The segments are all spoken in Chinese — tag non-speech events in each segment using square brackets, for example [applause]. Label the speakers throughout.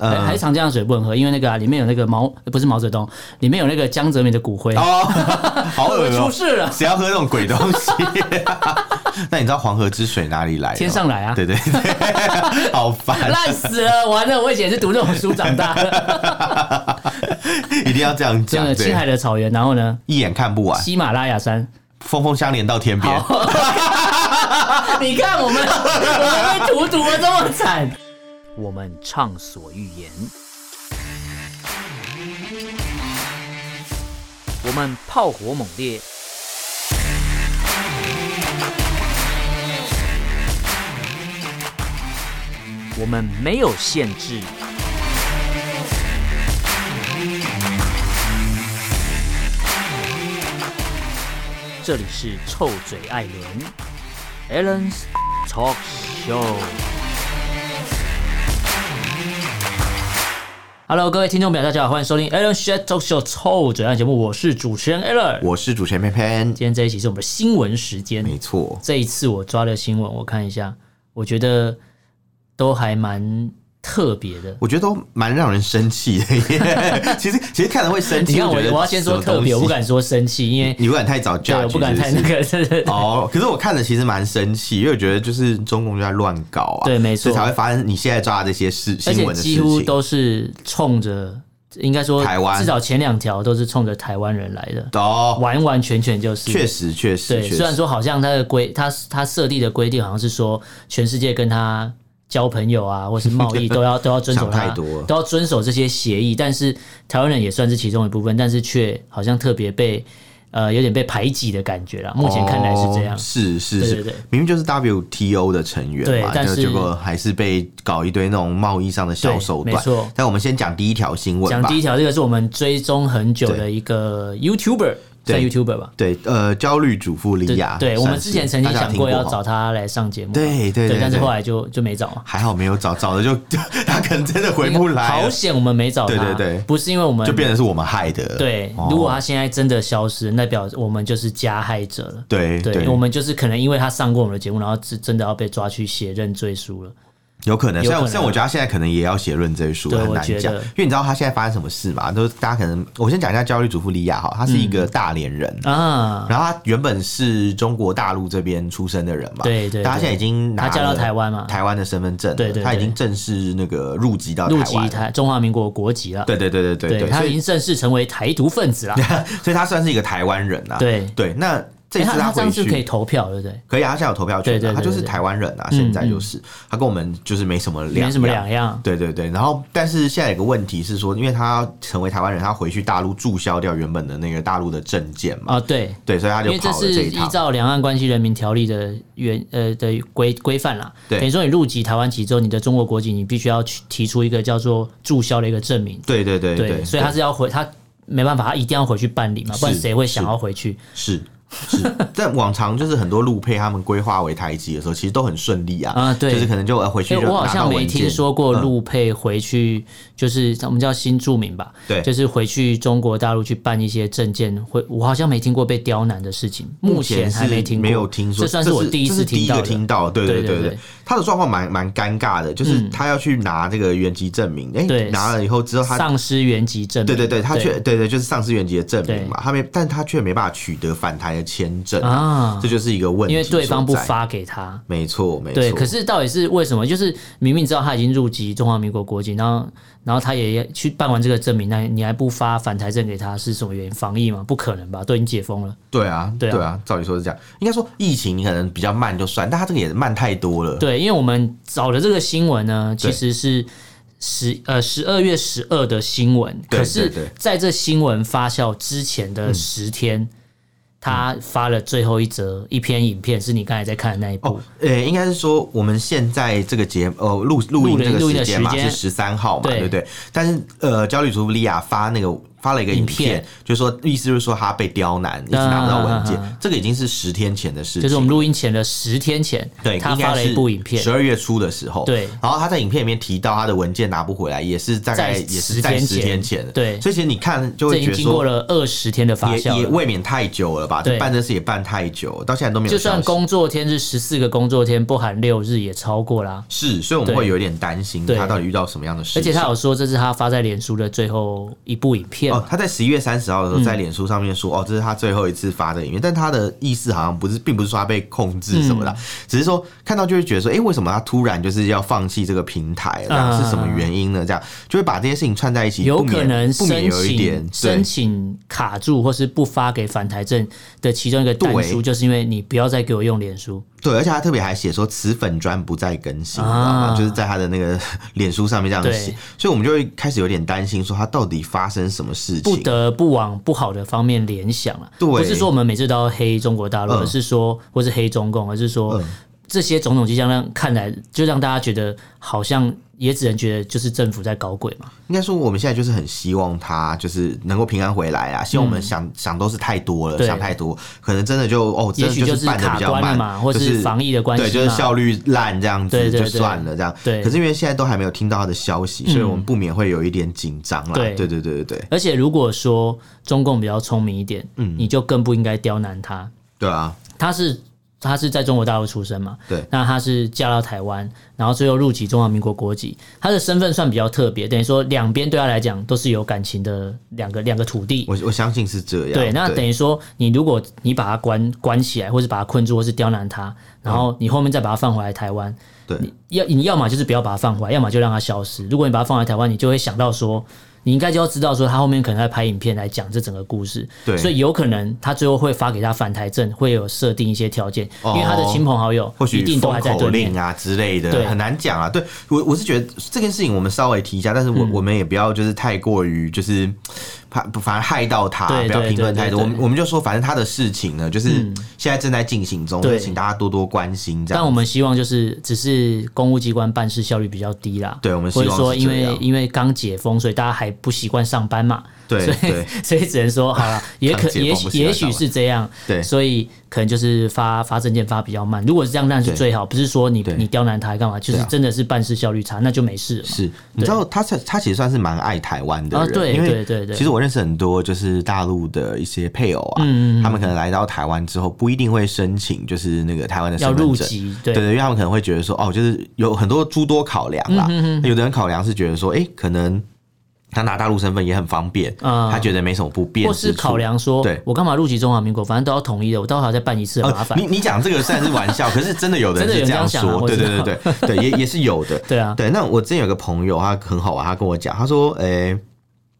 Speaker 1: 呃
Speaker 2: 对还是长江的水不能喝，因为那个啊，里面有那个毛，不是毛泽东，里面有那个江泽民的骨灰， [laughs]
Speaker 1: 哦，好恶
Speaker 2: 出
Speaker 1: 哦、
Speaker 2: 事啊
Speaker 1: [laughs]
Speaker 2: 了，
Speaker 1: 谁要喝那种鬼东
Speaker 2: [laughs]
Speaker 1: 西、那你知道黄河之水哪里来的吗？
Speaker 2: 天上来啊
Speaker 1: 对对对， [laughs] 好烦，
Speaker 2: 烂死了，完了，我以前是读那种书长大
Speaker 1: [laughs]
Speaker 2: 的，
Speaker 1: 一定要这样
Speaker 2: 真
Speaker 1: 讲。
Speaker 2: 的，
Speaker 1: 对
Speaker 2: 青海的草原，然后呢，
Speaker 1: 一眼看不完，
Speaker 2: 喜马拉雅
Speaker 1: [laughs]
Speaker 2: 山，
Speaker 1: 峰峰相连到天边。
Speaker 2: 你看我们，我们被荼毒的这么惨，我们畅所欲言，我们炮火猛烈，我们没有限制。这里是臭嘴艾伦，Allen's Talk Show。Hello，各位听众朋友，大家好，欢迎收听 Allen s h a t Talk Show 臭嘴艾伦节目，我是主持人 Allen。
Speaker 1: 我是主持人偏偏，
Speaker 2: 今天这一期是我们的新闻时间，
Speaker 1: 没错，
Speaker 2: 这一次我抓的新闻，我看一下，我觉得都还蛮特别的。
Speaker 1: 我觉得都蛮让人生气的
Speaker 2: [laughs]
Speaker 1: 耶。其实其实看了会生
Speaker 2: 你
Speaker 1: 气，
Speaker 2: 看我，
Speaker 1: 觉得
Speaker 2: 我要先说
Speaker 1: 什么
Speaker 2: 特
Speaker 1: 东
Speaker 2: 别，
Speaker 1: 西
Speaker 2: 我不敢说生气，因为
Speaker 1: 你不敢太早 judge，
Speaker 2: 对，我不敢太
Speaker 1: 是
Speaker 2: 那
Speaker 1: 是
Speaker 2: 个， [laughs] 真的。
Speaker 1: 哦，可是我看了其实蛮生气，因为我觉得就是中共就在乱搞啊，
Speaker 2: 对没错
Speaker 1: 所以才会发生你现在抓的这些事
Speaker 2: 而
Speaker 1: 新
Speaker 2: 且
Speaker 1: 闻的事
Speaker 2: 几乎
Speaker 1: 情。
Speaker 2: 都是冲着，应该说
Speaker 1: 台湾
Speaker 2: 至少前两条都是冲着台湾人来的，
Speaker 1: 哦，
Speaker 2: 完完全全就是。
Speaker 1: 确实确实，
Speaker 2: 对，
Speaker 1: 确实
Speaker 2: 虽然说好像它的规，它它设立的规定好像是说，全世界跟他交朋友啊，或是贸
Speaker 1: [laughs]
Speaker 2: 易都要都要遵守
Speaker 1: 想太
Speaker 2: 它
Speaker 1: 多了，
Speaker 2: 都要遵守这些协议。但是台湾人也算是其中一部分，但是却好像特别被呃有点被排挤的感觉啦。目前看来是这样
Speaker 1: 哦。是是
Speaker 2: 对
Speaker 1: 是
Speaker 2: 对对，
Speaker 1: 明明就是 WTO 的成员
Speaker 2: 对
Speaker 1: 嘛，
Speaker 2: 但
Speaker 1: 就是结果还是被搞一堆那种贸易上的小
Speaker 2: 对
Speaker 1: 手
Speaker 2: 没
Speaker 1: 段
Speaker 2: 错。
Speaker 1: 但我们先讲第一条新闻
Speaker 2: 讲
Speaker 1: 吧
Speaker 2: 第。一条，这个是我们追踪很久的
Speaker 1: 对
Speaker 2: 一个 YouTuber，算
Speaker 1: 对
Speaker 2: YouTuber 吧。
Speaker 1: 对，呃，焦虑主妇莉
Speaker 2: 对
Speaker 1: 亚，
Speaker 2: 对，我们之前曾经
Speaker 1: 大家
Speaker 2: 想
Speaker 1: 听
Speaker 2: 过
Speaker 1: 过
Speaker 2: 要
Speaker 1: 哈
Speaker 2: 找他来上节目嘛，
Speaker 1: 对对对对
Speaker 2: 但是
Speaker 1: 对
Speaker 2: 后来就就没找啊嘛。
Speaker 1: 还好没有找，找了就 [laughs] 他可能真的回不来
Speaker 2: 好
Speaker 1: 了，
Speaker 2: 险我们没找他，
Speaker 1: 对对对
Speaker 2: 不是因为我们
Speaker 1: 就变成是我们害的。
Speaker 2: 对，
Speaker 1: 哦
Speaker 2: 如果他现在真的消失，那表示我们就是加害者了。
Speaker 1: 对
Speaker 2: 对，
Speaker 1: 对，
Speaker 2: 我们就是可能因为他上过我们的节目，然后真真的要被抓去写认罪书了。
Speaker 1: 有可能，
Speaker 2: 有
Speaker 1: 虽然
Speaker 2: 可能
Speaker 1: 虽然我觉得他现在可能也要写论这一书，
Speaker 2: 对
Speaker 1: 很
Speaker 2: 我
Speaker 1: 难
Speaker 2: 觉
Speaker 1: 讲，
Speaker 2: 得
Speaker 1: 因为你知道他现在发生什么事嘛？都大家可能，我先讲一下焦虑主妇莉亚哈，她是一
Speaker 2: 嗯
Speaker 1: 个大连人。
Speaker 2: 啊，
Speaker 1: 然后她原本是中国大陆这边出生的人嘛，
Speaker 2: 对对
Speaker 1: 但她现在已经拿
Speaker 2: 他嫁到
Speaker 1: 了
Speaker 2: 台湾嘛，
Speaker 1: 台湾的身份证了，
Speaker 2: 对对对
Speaker 1: 她已经正式那个入籍到台
Speaker 2: 入
Speaker 1: 湾，
Speaker 2: 籍台中华民国国籍了。
Speaker 1: 对对对对对
Speaker 2: 对，
Speaker 1: 对，
Speaker 2: 他
Speaker 1: 所
Speaker 2: 已
Speaker 1: 以
Speaker 2: 经正式成为台独分子了。
Speaker 1: 所以她算是一个台湾人啊，
Speaker 2: 对
Speaker 1: 对，那这
Speaker 2: 诶
Speaker 1: 次
Speaker 2: 哎他他这
Speaker 1: 回
Speaker 2: 样是可以
Speaker 1: 去。
Speaker 2: 投票，对不对？
Speaker 1: 可以啊，他现在有投票权、
Speaker 2: 对
Speaker 1: 啊，
Speaker 2: 对对
Speaker 1: 他就是
Speaker 2: 对对
Speaker 1: 台湾人啊，
Speaker 2: 嗯
Speaker 1: 现在就是、他跟我们就是没什么两
Speaker 2: 没什么
Speaker 1: 样
Speaker 2: 两样。
Speaker 1: 对对对，然后但是现在有个问题是说，因为他成为台湾人，他回去大陆注销掉原本的那个大陆的证件嘛，
Speaker 2: 啊，对，
Speaker 1: 对，所以他
Speaker 2: 因
Speaker 1: 就
Speaker 2: 为
Speaker 1: 跑
Speaker 2: 这
Speaker 1: 了这
Speaker 2: 是
Speaker 1: 一
Speaker 2: 依
Speaker 1: 趟。
Speaker 2: 照《两岸关系人民条例》的原呃的规规范啦，
Speaker 1: 对
Speaker 2: 等于说你入籍台湾籍之后，你的中国国籍你必须要去提出一个叫做注销的一个证明，
Speaker 1: 对对对
Speaker 2: 对，
Speaker 1: 对，
Speaker 2: 所以他是要回他。没办法，他一定要回去办理嘛，不然
Speaker 1: 是
Speaker 2: 谁会想要回去？
Speaker 1: 是
Speaker 2: [laughs]
Speaker 1: 是，但往常就是很多路配他们规划为台籍的时候，其实都很顺利啊，
Speaker 2: 啊对
Speaker 1: 就是可能就呃回去
Speaker 2: 因
Speaker 1: 就
Speaker 2: 为我好
Speaker 1: 拿到
Speaker 2: 像没
Speaker 1: 文
Speaker 2: 听
Speaker 1: 件。嗯
Speaker 2: 说过陆配回去，就是我们叫新住民吧，
Speaker 1: 对
Speaker 2: 就是回去中国大陆去办一些证件，会我好像没听过被刁难的事情，目前还
Speaker 1: 是没
Speaker 2: 听过，
Speaker 1: 有听说，
Speaker 2: 这算是我第一
Speaker 1: 这是
Speaker 2: 次听
Speaker 1: 第一
Speaker 2: 到
Speaker 1: 个
Speaker 2: 的，
Speaker 1: 听到，对
Speaker 2: 对对
Speaker 1: 对对
Speaker 2: 对嗯
Speaker 1: 对，他的状况蛮蛮尴尬的，就是他要去拿这个原籍证明，哎，
Speaker 2: 对
Speaker 1: 拿了以后之后他
Speaker 2: 丧失原籍证明，
Speaker 1: 对对对，他却对对，就是丧失原籍的证明嘛，他没，但他却没办法取得返台的签证啊，
Speaker 2: 啊，
Speaker 1: 这就是一个问题，
Speaker 2: 因为对方不，发给他。
Speaker 1: 没错没错，
Speaker 2: 对，可是到底是为什么？就是明明知道他已经入籍中华民国国籍，然后然后他也去办完这个证明，那你还不发反台证给他，是什么原因？防疫嘛，不可能吧？都已经解封了。
Speaker 1: 对啊
Speaker 2: 对
Speaker 1: 对
Speaker 2: 啊
Speaker 1: 啊，照理说是这样，应该说疫情你可能比较慢就算，但他这个也慢太多了，
Speaker 2: 对，因为我们找的这个新闻呢，其
Speaker 1: 嗯对
Speaker 2: 实是十呃十二月十二的新闻，
Speaker 1: 对
Speaker 2: 可是
Speaker 1: 对嗯对
Speaker 2: 在这新闻发酵之前的十天，他发了最后一则一篇影片，是你刚才在看的那一部。
Speaker 1: 哦，呃，应该是说我们现在这个节呃录录音这个
Speaker 2: 录音的
Speaker 1: 时间嘛
Speaker 2: 时间
Speaker 1: 是十三号嘛，
Speaker 2: 对
Speaker 1: 对不对？但是呃，焦虑主妇莉亚发那个发了一个影
Speaker 2: 影
Speaker 1: 片
Speaker 2: 片，
Speaker 1: 就说意思就是说他被刁难，一直拿不到文件
Speaker 2: 啊啊啊，
Speaker 1: 这个已经是十天前的事情，
Speaker 2: 就是我们录音前的十天前，
Speaker 1: 对，
Speaker 2: 他发了一部影片
Speaker 1: 十，二月初的时候，
Speaker 2: 对
Speaker 1: 然后他在影片里面提到他的文件拿不回来，也是大概
Speaker 2: 在
Speaker 1: 也是
Speaker 2: 10
Speaker 1: 在
Speaker 2: 天
Speaker 1: 十
Speaker 2: 前
Speaker 1: 天前的，
Speaker 2: 对
Speaker 1: 所以其实你看就
Speaker 2: 这
Speaker 1: 会
Speaker 2: 已经
Speaker 1: 觉得
Speaker 2: 经过
Speaker 1: 说。
Speaker 2: 了二十天的发
Speaker 1: 也
Speaker 2: 酵
Speaker 1: 也
Speaker 2: 了。
Speaker 1: 未免太久了吧？
Speaker 2: 对
Speaker 1: 这办这事也办太久，到现在都没有消
Speaker 2: 就
Speaker 1: 息。
Speaker 2: 算工作天是十四个工作天，不含六日也超过啦。
Speaker 1: 是，所以我们
Speaker 2: 对
Speaker 1: 会有点担心
Speaker 2: 对
Speaker 1: 他到底遇到什么样的事情。
Speaker 2: 而且他有说，这是他发在脸书的最后一部影片嘛。
Speaker 1: 哦，他在十一月三十号的时候
Speaker 2: 嗯
Speaker 1: 在脸书上面说，哦，这是他最后一次发的影片，但他的意思好像不是，并不是说他被控制什
Speaker 2: 嗯
Speaker 1: 么的，只是说看到就会觉得说，哎、为什么他突然就是要放弃这个平台？这样、
Speaker 2: 嗯
Speaker 1: 是什么原因呢？这样就会把这些事情串在一起，
Speaker 2: 有
Speaker 1: 不免
Speaker 2: 可能
Speaker 1: 不免
Speaker 2: 申
Speaker 1: 有一点
Speaker 2: 请
Speaker 1: 对
Speaker 2: 申请卡住，或是不发给反台证的其中一个
Speaker 1: 对
Speaker 2: 单数，就是因为你不要再给我用脸书，
Speaker 1: 对，而且他特别还写说此粉砖不再更新，
Speaker 2: 啊
Speaker 1: 你知道吗？就是在他的那个 [laughs] 脸书上面这样写
Speaker 2: 对，
Speaker 1: 所以我们就会开始有点担心，说他到底发生什么事
Speaker 2: 不
Speaker 1: 情？
Speaker 2: 得不往不好的方面联想了。
Speaker 1: 对
Speaker 2: 不是说我们每次都要黑中国大陆，
Speaker 1: 嗯
Speaker 2: 而是说或是黑中共，而是说这些种种迹象让看来就让大家觉得好像也只能觉得就是政府在搞鬼嘛。
Speaker 1: 应该说，我们现在就是很希望他就是能够平安回来啊！希望我们想、想都是太多了，
Speaker 2: 嗯对
Speaker 1: 想太多，可能真的就哦，真
Speaker 2: 也
Speaker 1: 的
Speaker 2: 许
Speaker 1: 就是办的
Speaker 2: 卡
Speaker 1: 比较
Speaker 2: 关了
Speaker 1: 慢
Speaker 2: 嘛，或
Speaker 1: 就是
Speaker 2: 防疫的关系
Speaker 1: 对，
Speaker 2: 嘛，
Speaker 1: 就是效率烂这样子
Speaker 2: 对对
Speaker 1: 就
Speaker 2: 对
Speaker 1: 算了这样。
Speaker 2: 对嗯
Speaker 1: 可是因为现在都还没有听到他的消息，所以我们不免会有一点紧张啦。
Speaker 2: 对
Speaker 1: 对对对对对，
Speaker 2: 而且如果说中共比较聪明一点，
Speaker 1: 嗯
Speaker 2: 你就更不应该刁难他。
Speaker 1: 对啊，
Speaker 2: 他是他是在中国大陆出生嘛，
Speaker 1: 对，
Speaker 2: 那他是嫁到台湾，然后最后入籍中华民国国籍，他的身份算比较特别，等于说两边对他来讲都是有感情的两个两个土地。
Speaker 1: 我我相信是这样。
Speaker 2: 对，那等
Speaker 1: 对
Speaker 2: 于说，你如果你把他关关起来，或是把他困住，或是刁难他，然
Speaker 1: 嗯
Speaker 2: 后你后面再把他放回来台湾，
Speaker 1: 对
Speaker 2: 你要你要么就是不要把他放回来，要么就让他消失。如果你把他放回台湾，你就会想到说，你应该就要知道说他后面可能在拍影片来讲这整个故事，
Speaker 1: 对
Speaker 2: 所以有可能他最后会发给他反台证，会有设定一些条件，因为他的亲朋好友
Speaker 1: 哦或许
Speaker 2: 一定都还在
Speaker 1: 封口
Speaker 2: 对面
Speaker 1: 令。啊之类的，
Speaker 2: 对
Speaker 1: 很难讲啊。对我我是觉得这件事情我们稍微提一下，但是
Speaker 2: 嗯
Speaker 1: 我、我们也不要就是太过于就是怕反而害到他，
Speaker 2: 对
Speaker 1: 不要
Speaker 2: 对
Speaker 1: 评论
Speaker 2: 对对
Speaker 1: 太多。我们
Speaker 2: 对嗯
Speaker 1: 我们就说，反正他的事情呢，就是现在正在进行中，
Speaker 2: 对
Speaker 1: 就请大家多多关心这
Speaker 2: 但
Speaker 1: 样。
Speaker 2: 我们希望就是只是公务机关办事效率比较低啦，
Speaker 1: 对我们希
Speaker 2: 或
Speaker 1: 望
Speaker 2: 者说
Speaker 1: 是
Speaker 2: 因
Speaker 1: 这
Speaker 2: 为
Speaker 1: 样
Speaker 2: 因为刚解封，所以大家还不习惯上班嘛，
Speaker 1: 对
Speaker 2: 所
Speaker 1: 对
Speaker 2: 以 [laughs] 所以只能说好
Speaker 1: [laughs]
Speaker 2: 了，也可
Speaker 1: 刚解封
Speaker 2: 也
Speaker 1: 不
Speaker 2: 许
Speaker 1: 习惯
Speaker 2: 也
Speaker 1: 上
Speaker 2: 许
Speaker 1: 班
Speaker 2: 是这样，
Speaker 1: 对
Speaker 2: 所以可能就是发发证件发比较慢，如果是这样，那是
Speaker 1: 对
Speaker 2: 最好，不是说你
Speaker 1: 对
Speaker 2: 你刁难他干嘛，就
Speaker 1: 对
Speaker 2: 是
Speaker 1: 啊
Speaker 2: 真的是办事效率差，那就没事了嘛。
Speaker 1: 是，你知道他才他其实算是蛮爱台湾的
Speaker 2: 啊
Speaker 1: 人，
Speaker 2: 对
Speaker 1: 因为
Speaker 2: 对对对
Speaker 1: 其实我认识很多就是大陆的一些配偶啊，
Speaker 2: 嗯
Speaker 1: 他们可能来到台湾之后不一定会申请就是那个台湾的身
Speaker 2: 要
Speaker 1: 份
Speaker 2: 入
Speaker 1: 证
Speaker 2: 籍，对
Speaker 1: 对因为他们可能会觉得说，哦，就是有很多诸多考量啦。
Speaker 2: 嗯
Speaker 1: 有的人考量是觉得说，哎、可能他拿大陆身份也很方便，
Speaker 2: 啊
Speaker 1: 他觉得没什么不便
Speaker 2: 或
Speaker 1: 之
Speaker 2: 是
Speaker 1: 处
Speaker 2: 考。量说
Speaker 1: 对，
Speaker 2: 我干嘛入籍中华民国，反正都要统一的，我到时候还要再办一次，很麻
Speaker 1: 呃，
Speaker 2: 烦
Speaker 1: 你。你讲这个虽然是玩笑，可是真的有的
Speaker 2: 真
Speaker 1: 人
Speaker 2: 的
Speaker 1: 是
Speaker 2: 有人
Speaker 1: 这样
Speaker 2: 这样想啊
Speaker 1: 说，
Speaker 2: 我
Speaker 1: 对
Speaker 2: 知
Speaker 1: 对
Speaker 2: 道
Speaker 1: 对对对，也也是有的。
Speaker 2: 对啊，
Speaker 1: 对，那我之前有个朋友，他很好玩，他跟我讲，他说，诶、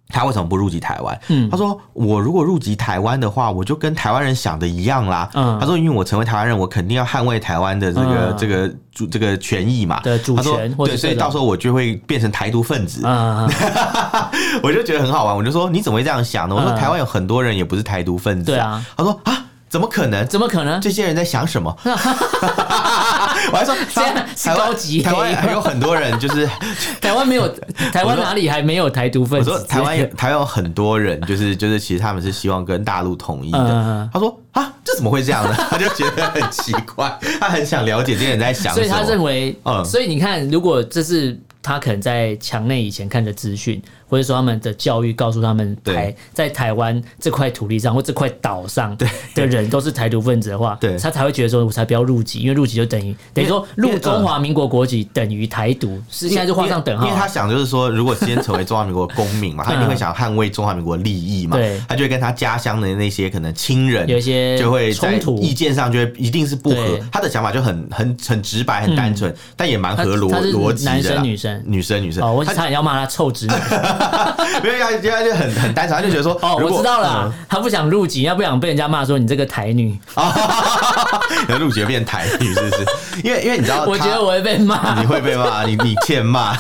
Speaker 1: 他为什么不入籍台湾？
Speaker 2: 嗯
Speaker 1: 他说我如果入籍台湾的话，我就跟台湾人想的一样啦。
Speaker 2: 嗯
Speaker 1: 他说，因为我成为台湾人，我肯定要捍卫台湾的这个、
Speaker 2: 嗯
Speaker 1: 这个主这个权益嘛。
Speaker 2: 的主
Speaker 1: 他说
Speaker 2: 权或
Speaker 1: 对，
Speaker 2: 者
Speaker 1: 所以
Speaker 2: 这
Speaker 1: 到
Speaker 2: 种
Speaker 1: 时候我就会变成台独分子，
Speaker 2: 啊，
Speaker 1: [laughs] 我就觉得很好玩。我就说你怎么会这样想呢？我说
Speaker 2: 嗯
Speaker 1: 台湾有很多人也不是台独分子、
Speaker 2: 对啊。
Speaker 1: 他说啊，怎么可能？
Speaker 2: 怎么可
Speaker 1: [laughs]
Speaker 2: 能？
Speaker 1: 这些人在
Speaker 2: [laughs]
Speaker 1: 想什么？我还说
Speaker 2: 这样是
Speaker 1: 台湾
Speaker 2: 高级
Speaker 1: 台湾还有很多人就是
Speaker 2: 台湾没有，台湾哪里还没有台独分
Speaker 1: 我
Speaker 2: 子之
Speaker 1: 说
Speaker 2: 类的？
Speaker 1: 台湾有台湾有很多人，就是就是，其实他们是希望跟大陆统一的。
Speaker 2: 嗯嗯嗯
Speaker 1: 他说啊，这怎么会这样呢？ [laughs] 他就觉得很奇怪，他很想了解这些人在想什
Speaker 2: 所以他
Speaker 1: 么。
Speaker 2: 认为，
Speaker 1: 嗯
Speaker 2: 所以你看，如果这是他可能在墙内以前看的资讯，或者说他们的教育告诉他们
Speaker 1: 对
Speaker 2: 台在台湾这块土地上或这块岛
Speaker 1: [laughs]
Speaker 2: 上的人都是台独分子的话，
Speaker 1: 对
Speaker 2: 他才会觉得说，我才不要入籍，因为入籍就等于等于说
Speaker 1: 因为
Speaker 2: 入中华民国国籍等于台独，是现在就画上等号啊
Speaker 1: 因为因为他想就是说，如果今天成为中华民国公民
Speaker 2: [laughs]
Speaker 1: 嘛，他一定会想捍卫中华民国利益嘛
Speaker 2: 对，
Speaker 1: 他就会跟他家乡的那些可能亲人
Speaker 2: 有一些
Speaker 1: 就会在
Speaker 2: 冲突
Speaker 1: 意见上就会一定是不合
Speaker 2: 对，嗯
Speaker 1: 他的想法就很很很直白、很单纯，但也蛮合逻
Speaker 2: 他他是
Speaker 1: 逻辑的啦。
Speaker 2: 男生女生
Speaker 1: 女生女生，
Speaker 2: 哦，我
Speaker 1: 他
Speaker 2: 差点要骂他臭
Speaker 1: [laughs]
Speaker 2: 直男。
Speaker 1: 没有他他就很很单纯，他就觉得说
Speaker 2: 哦，
Speaker 1: 如
Speaker 2: 我
Speaker 1: 果嗯
Speaker 2: 知道了啊，他不想入籍，他不想被人家骂说你这个台女。
Speaker 1: [laughs] 然后入学变台女是不是？因为因为你知啊道他，啊
Speaker 2: 我觉得我会被骂。
Speaker 1: 你会被骂， [laughs] 你你欠骂，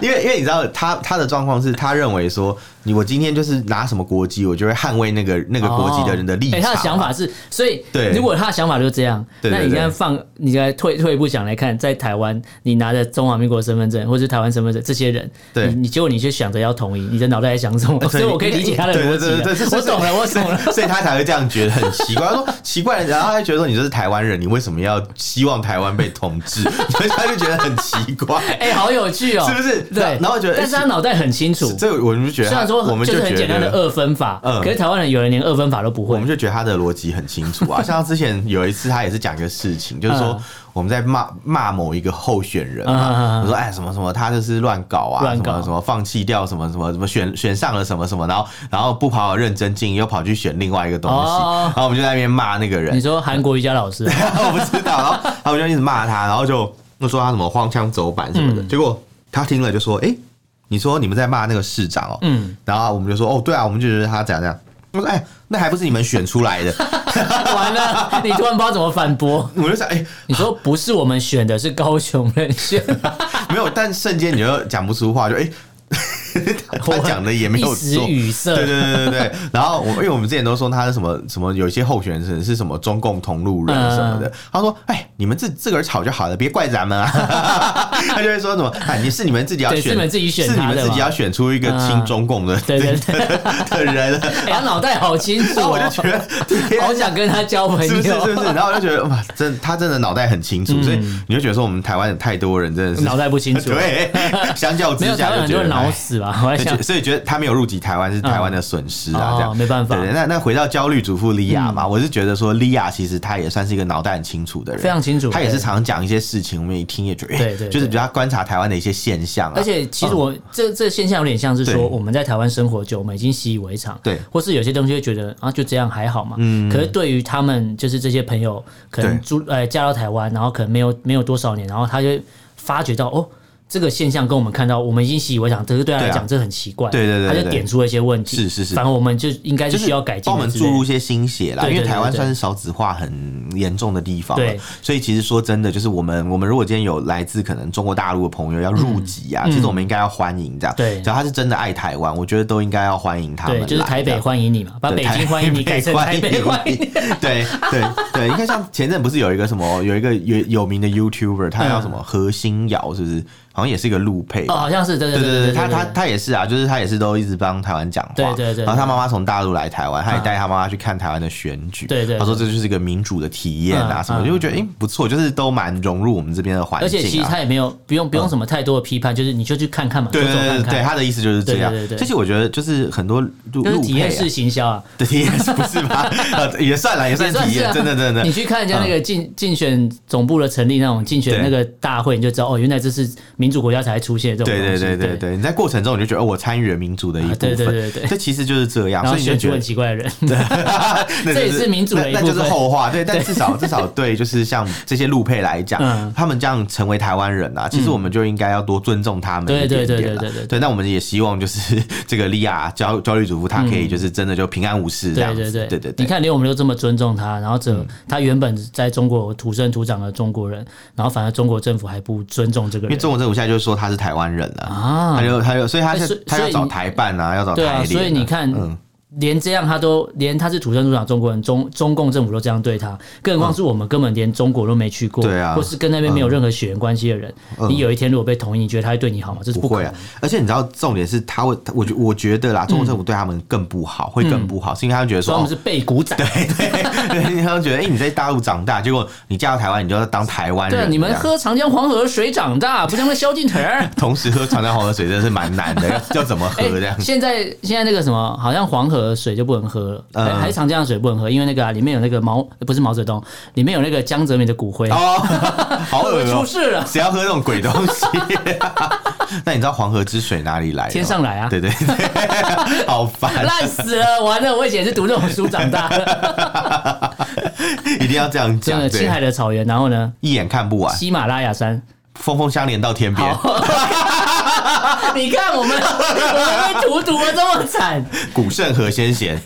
Speaker 1: 因为因为你知道他他的状况是他认为说你我今天就是拿什么国籍，我就会捍卫那个那个国籍的人的立
Speaker 2: 哦
Speaker 1: 场啊
Speaker 2: 哎
Speaker 1: 嘛、
Speaker 2: 他的想法是，所以
Speaker 1: 对
Speaker 2: 如果他的想法就是这样，
Speaker 1: 对对
Speaker 2: 那你
Speaker 1: 对
Speaker 2: 现在放，你来退退一步想来看，在台湾，你拿着中华民国身份证或是台湾身份证，这些人，
Speaker 1: 对
Speaker 2: 你你就果你就想着要同意，你的脑袋在想
Speaker 1: [laughs]
Speaker 2: 什么？所以我可以理解他的逻辑
Speaker 1: 对
Speaker 2: 啊，
Speaker 1: 对对对对
Speaker 2: 我懂了，我
Speaker 1: [laughs]
Speaker 2: 懂了。
Speaker 1: 所以他才会这样觉得很奇怪。他说奇怪，然后他就觉得说你这是台湾人，你为什么要希望台湾被统治？ [laughs] 所以他就觉得很奇怪，
Speaker 2: 哎、好有趣哦、
Speaker 1: 是不是
Speaker 2: 对，
Speaker 1: 然后觉得
Speaker 2: 但是他脑袋很清楚，虽
Speaker 1: 这个我们就觉得他，
Speaker 2: 然说
Speaker 1: 我们
Speaker 2: 就
Speaker 1: 就是觉
Speaker 2: 很
Speaker 1: 得
Speaker 2: 简单的二分法，
Speaker 1: 嗯
Speaker 2: 可是台湾人有人连二分法都不
Speaker 1: 我
Speaker 2: 会
Speaker 1: 们。就觉得他的逻辑很清
Speaker 2: [laughs]
Speaker 1: 楚啊。像他之前有一次，他也是讲一个事情，就是说
Speaker 2: 嗯
Speaker 1: 我们在骂骂某一个候选人
Speaker 2: 嗯嗯嗯
Speaker 1: 嘛，
Speaker 2: 嗯
Speaker 1: 我说哎什么什么，他就是乱搞啊，
Speaker 2: 乱
Speaker 1: 什
Speaker 2: 搞
Speaker 1: 么什么放弃掉什么什么什么选选上了什么什么，然后然后不好好认真进，又跑去选另外一个东西，
Speaker 2: 哦
Speaker 1: 然后我们就在那边骂那个人
Speaker 2: 你，说韩国瑜伽老师
Speaker 1: [laughs] 我不知道，然后然后我就一直骂他，然后就就说他什么荒腔走板什么
Speaker 2: 嗯
Speaker 1: 的，结果他听了就说，哎、你说你们在骂那个市长哦、
Speaker 2: 嗯，
Speaker 1: 然后我们就说，哦，对啊，我们就觉得他怎样怎样。我说，哎、那还不是你们选出来的？
Speaker 2: 完了，你突然不知道怎么反驳。
Speaker 1: 我就想，哎、
Speaker 2: 你说不是我们选的，是高雄人选，
Speaker 1: 没有，但瞬间你就讲不出话，
Speaker 2: [laughs]
Speaker 1: 就哎。他讲的也没有
Speaker 2: 一时
Speaker 1: 错，
Speaker 2: 语塞。
Speaker 1: 对对对对对。然后我因为我们之前都说他是什么什么，有一些候选人是什么中共同路人什么的，
Speaker 2: 嗯
Speaker 1: 他说：“哎，你们自自个儿吵就好了，别怪咱
Speaker 2: [laughs]
Speaker 1: 们啊。”他就会说什么：“哎，你是你们自己要
Speaker 2: 对
Speaker 1: 选，
Speaker 2: 是你们自己选
Speaker 1: 是你
Speaker 2: 他
Speaker 1: 们
Speaker 2: 的
Speaker 1: 自己
Speaker 2: 嘛
Speaker 1: 要选出一个亲
Speaker 2: 嗯
Speaker 1: 中共的
Speaker 2: 对对对，
Speaker 1: [laughs] 的人。”
Speaker 2: 哎他脑袋好清楚
Speaker 1: 然后
Speaker 2: 哦
Speaker 1: 我就，觉得，天
Speaker 2: [laughs]
Speaker 1: 啊
Speaker 2: 好想哦跟他交朋
Speaker 1: 是不是是
Speaker 2: 友，
Speaker 1: 不是？然后我就觉得哇，真他真的脑袋很清楚，所以你就觉得说我们台湾有太多人真的是
Speaker 2: 嗯脑袋不清楚。
Speaker 1: [laughs] 对，
Speaker 2: [laughs]
Speaker 1: 相较之
Speaker 2: 没有台
Speaker 1: 下
Speaker 2: 湾
Speaker 1: 就
Speaker 2: 很
Speaker 1: 觉
Speaker 2: 多人
Speaker 1: 得
Speaker 2: 脑
Speaker 1: 哎
Speaker 2: 死吧？我在
Speaker 1: 所以
Speaker 2: 想
Speaker 1: 觉，所以觉得他没有入籍台湾是台湾的损失啊，
Speaker 2: 嗯
Speaker 1: 这样、
Speaker 2: 哦没办法嗯
Speaker 1: 对，那那回到焦虑主妇莉亚嘛，我是觉得说莉亚其实她也算是一个脑袋很清楚的人，
Speaker 2: 非常清楚
Speaker 1: 她也是
Speaker 2: 对
Speaker 1: 常常讲一些事情，我们一听也觉得，哎
Speaker 2: 对对对
Speaker 1: 就是比较观察台湾的一些现象啊，
Speaker 2: 而且其实我、这这现象有点像是
Speaker 1: 对
Speaker 2: 说我们在台湾生活久，我们已经习以为常，
Speaker 1: 对
Speaker 2: 或是有些东西会觉得啊就这样还好嘛。嗯，可是对于他们就是这些朋友，可能
Speaker 1: 对
Speaker 2: 住呃嫁到台湾，然后可能没有没有多少年，然后他就发觉到哦。这个现象跟我们看到，我们已经习以为常，可是对他来
Speaker 1: 对啊
Speaker 2: 讲，这很奇怪。
Speaker 1: 对对对对
Speaker 2: 他就点出了一些问题。
Speaker 1: 是是是
Speaker 2: 反正我们就应该
Speaker 1: 就是
Speaker 2: 需要改进
Speaker 1: 帮
Speaker 2: 的
Speaker 1: 我们
Speaker 2: 之类
Speaker 1: 注
Speaker 2: 的。
Speaker 1: 入一些新血啦，
Speaker 2: 对
Speaker 1: 因
Speaker 2: 对
Speaker 1: 为台湾
Speaker 2: 对对
Speaker 1: 算是少子化很严重的地方了
Speaker 2: 对，
Speaker 1: 所以其实说真的，就是我们我们如果今天有来自可能中国大陆的朋友要入籍啊，其实我们应该要欢迎这
Speaker 2: 嗯
Speaker 1: 样，
Speaker 2: 对
Speaker 1: 只要他是真的爱台湾，我觉得都应该要欢迎他们
Speaker 2: 对，
Speaker 1: 来，
Speaker 2: 就是台
Speaker 1: 这
Speaker 2: 北
Speaker 1: 样
Speaker 2: 欢迎你嘛，把北
Speaker 1: 对
Speaker 2: 京欢迎你改成 [laughs] 台北
Speaker 1: [laughs]
Speaker 2: 欢 [laughs] 迎你。。
Speaker 1: 对对对，你看像前阵不是有一个什么，有一个有有名的 YouTuber，他叫什么何心瑶，是不是？好像也是一个路配
Speaker 2: 哦，
Speaker 1: 吧。
Speaker 2: 好像是对对
Speaker 1: 对
Speaker 2: 对
Speaker 1: 对对，他他他也是啊，就是他也是都一直帮台湾讲话。
Speaker 2: 对对对对嗯
Speaker 1: 然后他妈妈从大陆来台湾，他也带他妈妈去看台湾的选举。
Speaker 2: 对对对
Speaker 1: 他说这就是一个民主的体验啊
Speaker 2: 嗯
Speaker 1: 什么，
Speaker 2: 嗯
Speaker 1: 就会觉得诶不错，就是都蛮融入我们这边的环
Speaker 2: 而且其
Speaker 1: 境
Speaker 2: 实
Speaker 1: 啊。
Speaker 2: 他也没有不用不用什么太多的批判，就是你就去看看嘛，
Speaker 1: 对
Speaker 2: 走
Speaker 1: 对
Speaker 2: 走
Speaker 1: 对
Speaker 2: 看
Speaker 1: 对对，
Speaker 2: 看，
Speaker 1: 他的意思就是这样。
Speaker 2: 对对对对
Speaker 1: 其实我觉得就是很多路
Speaker 2: 就是
Speaker 1: 路
Speaker 2: 体
Speaker 1: 配
Speaker 2: 验
Speaker 1: 啊
Speaker 2: 式，行销啊。
Speaker 1: 对 [laughs] 体验式不是
Speaker 2: [laughs]
Speaker 1: 吧？呃也算了，也算
Speaker 2: 也算
Speaker 1: 体
Speaker 2: 是
Speaker 1: 验，
Speaker 2: 啊
Speaker 1: 真的真的
Speaker 2: 你。去看人家那个竞竞选总部的成立那种竞选
Speaker 1: 嗯对
Speaker 2: 那个大会，你就知道哦，原来这是民主国家才会出现的这种
Speaker 1: 对
Speaker 2: 东
Speaker 1: 对
Speaker 2: 西。
Speaker 1: 对对
Speaker 2: 对。
Speaker 1: 对，你在过程中你就觉得，哦，我参与了民主的一部分，
Speaker 2: 啊对对对对
Speaker 1: 这其实就是这样，
Speaker 2: 然后
Speaker 1: 所以你
Speaker 2: 选出
Speaker 1: 就觉得
Speaker 2: 很。奇怪的人，
Speaker 1: [laughs]
Speaker 2: [laughs]
Speaker 1: 那
Speaker 2: 这也
Speaker 1: 就是
Speaker 2: 民主的一
Speaker 1: 那，
Speaker 2: 部
Speaker 1: 那就是
Speaker 2: 分
Speaker 1: 后话。对，但至
Speaker 2: [laughs]
Speaker 1: 少至少对，就是像这些路配来讲
Speaker 2: 嗯，
Speaker 1: 他们这样成为台湾人啊，其实我们就应该要多尊重他们
Speaker 2: 对
Speaker 1: 一
Speaker 2: 对对
Speaker 1: 点点
Speaker 2: 对
Speaker 1: 啦
Speaker 2: 对对对
Speaker 1: 对，那我们也希望就是这个莉亚焦焦虑主妇，她可以就是真的就平安无事这
Speaker 2: 对
Speaker 1: 样
Speaker 2: 嗯对
Speaker 1: 子。
Speaker 2: 对
Speaker 1: 对对嗯
Speaker 2: 你
Speaker 1: 对，
Speaker 2: 看连我们都这么尊重他，然后这他原本在中国土生土长的中国人，然后反而中国政府还不尊重这个
Speaker 1: 因为
Speaker 2: 人
Speaker 1: 中国政府现在就说她是台湾人了，
Speaker 2: 啊
Speaker 1: 她，就她就，所以她
Speaker 2: 哎
Speaker 1: 是
Speaker 2: 所以
Speaker 1: 她要
Speaker 2: 所以
Speaker 1: 找
Speaker 2: 你
Speaker 1: 台办啊，要找
Speaker 2: 对啊，
Speaker 1: 台联
Speaker 2: 所以你
Speaker 1: 啊
Speaker 2: 看，连这样他都连他是土生土长中国人，中中共政府都这样对他，更何况是我们根本连中国都没去过，
Speaker 1: 嗯对啊嗯
Speaker 2: 或是跟那边没有任何血缘关系的人，你有一天如果被同意，你觉得他会对你好吗？这是
Speaker 1: 不
Speaker 2: 可
Speaker 1: 会
Speaker 2: 能
Speaker 1: 啊。，而且你知道重点是他会，我觉我觉得啦，中国政府对他们更不好，会更不好，是因为他们觉得
Speaker 2: 嗯所
Speaker 1: 说，
Speaker 2: 以他们
Speaker 1: 哦
Speaker 2: 是被鼓掌，对
Speaker 1: 对，他们觉得，哎、你在大陆长大，结果你嫁到台湾，你就要当台湾人这
Speaker 2: 啊，
Speaker 1: 样。
Speaker 2: 你们喝长江黄河水长大，不像那萧敬腾。
Speaker 1: [laughs] 同时喝长江黄河水真的是蛮难的，要要怎么喝
Speaker 2: 哎
Speaker 1: 这样？
Speaker 2: 现在现在那个什么，好像黄河水就不能喝了，
Speaker 1: 嗯
Speaker 2: 还还是长江的水不能喝，因为那个啊，里面有那个毛，不是毛泽东，里面有那个江泽民的骨灰，
Speaker 1: 哦，好恶
Speaker 2: 会不会
Speaker 1: 哦、
Speaker 2: 出事了？
Speaker 1: 谁要喝这种鬼东西？那你知道黄河之水哪里来的？
Speaker 2: 天上来啊
Speaker 1: 对对对，好烦，
Speaker 2: 烂死了，完了！我以前是读这种书长大的，
Speaker 1: 一定要这样
Speaker 2: 真
Speaker 1: [laughs] 讲。
Speaker 2: 的，青海
Speaker 1: 对，
Speaker 2: 的草原，然后呢，
Speaker 1: 一眼看不完，
Speaker 2: 喜马拉雅山。
Speaker 1: 峰峰相连到天边，
Speaker 2: 你看
Speaker 1: [laughs]
Speaker 2: 我们，我们被荼毒的这么惨，
Speaker 1: 古圣何先贤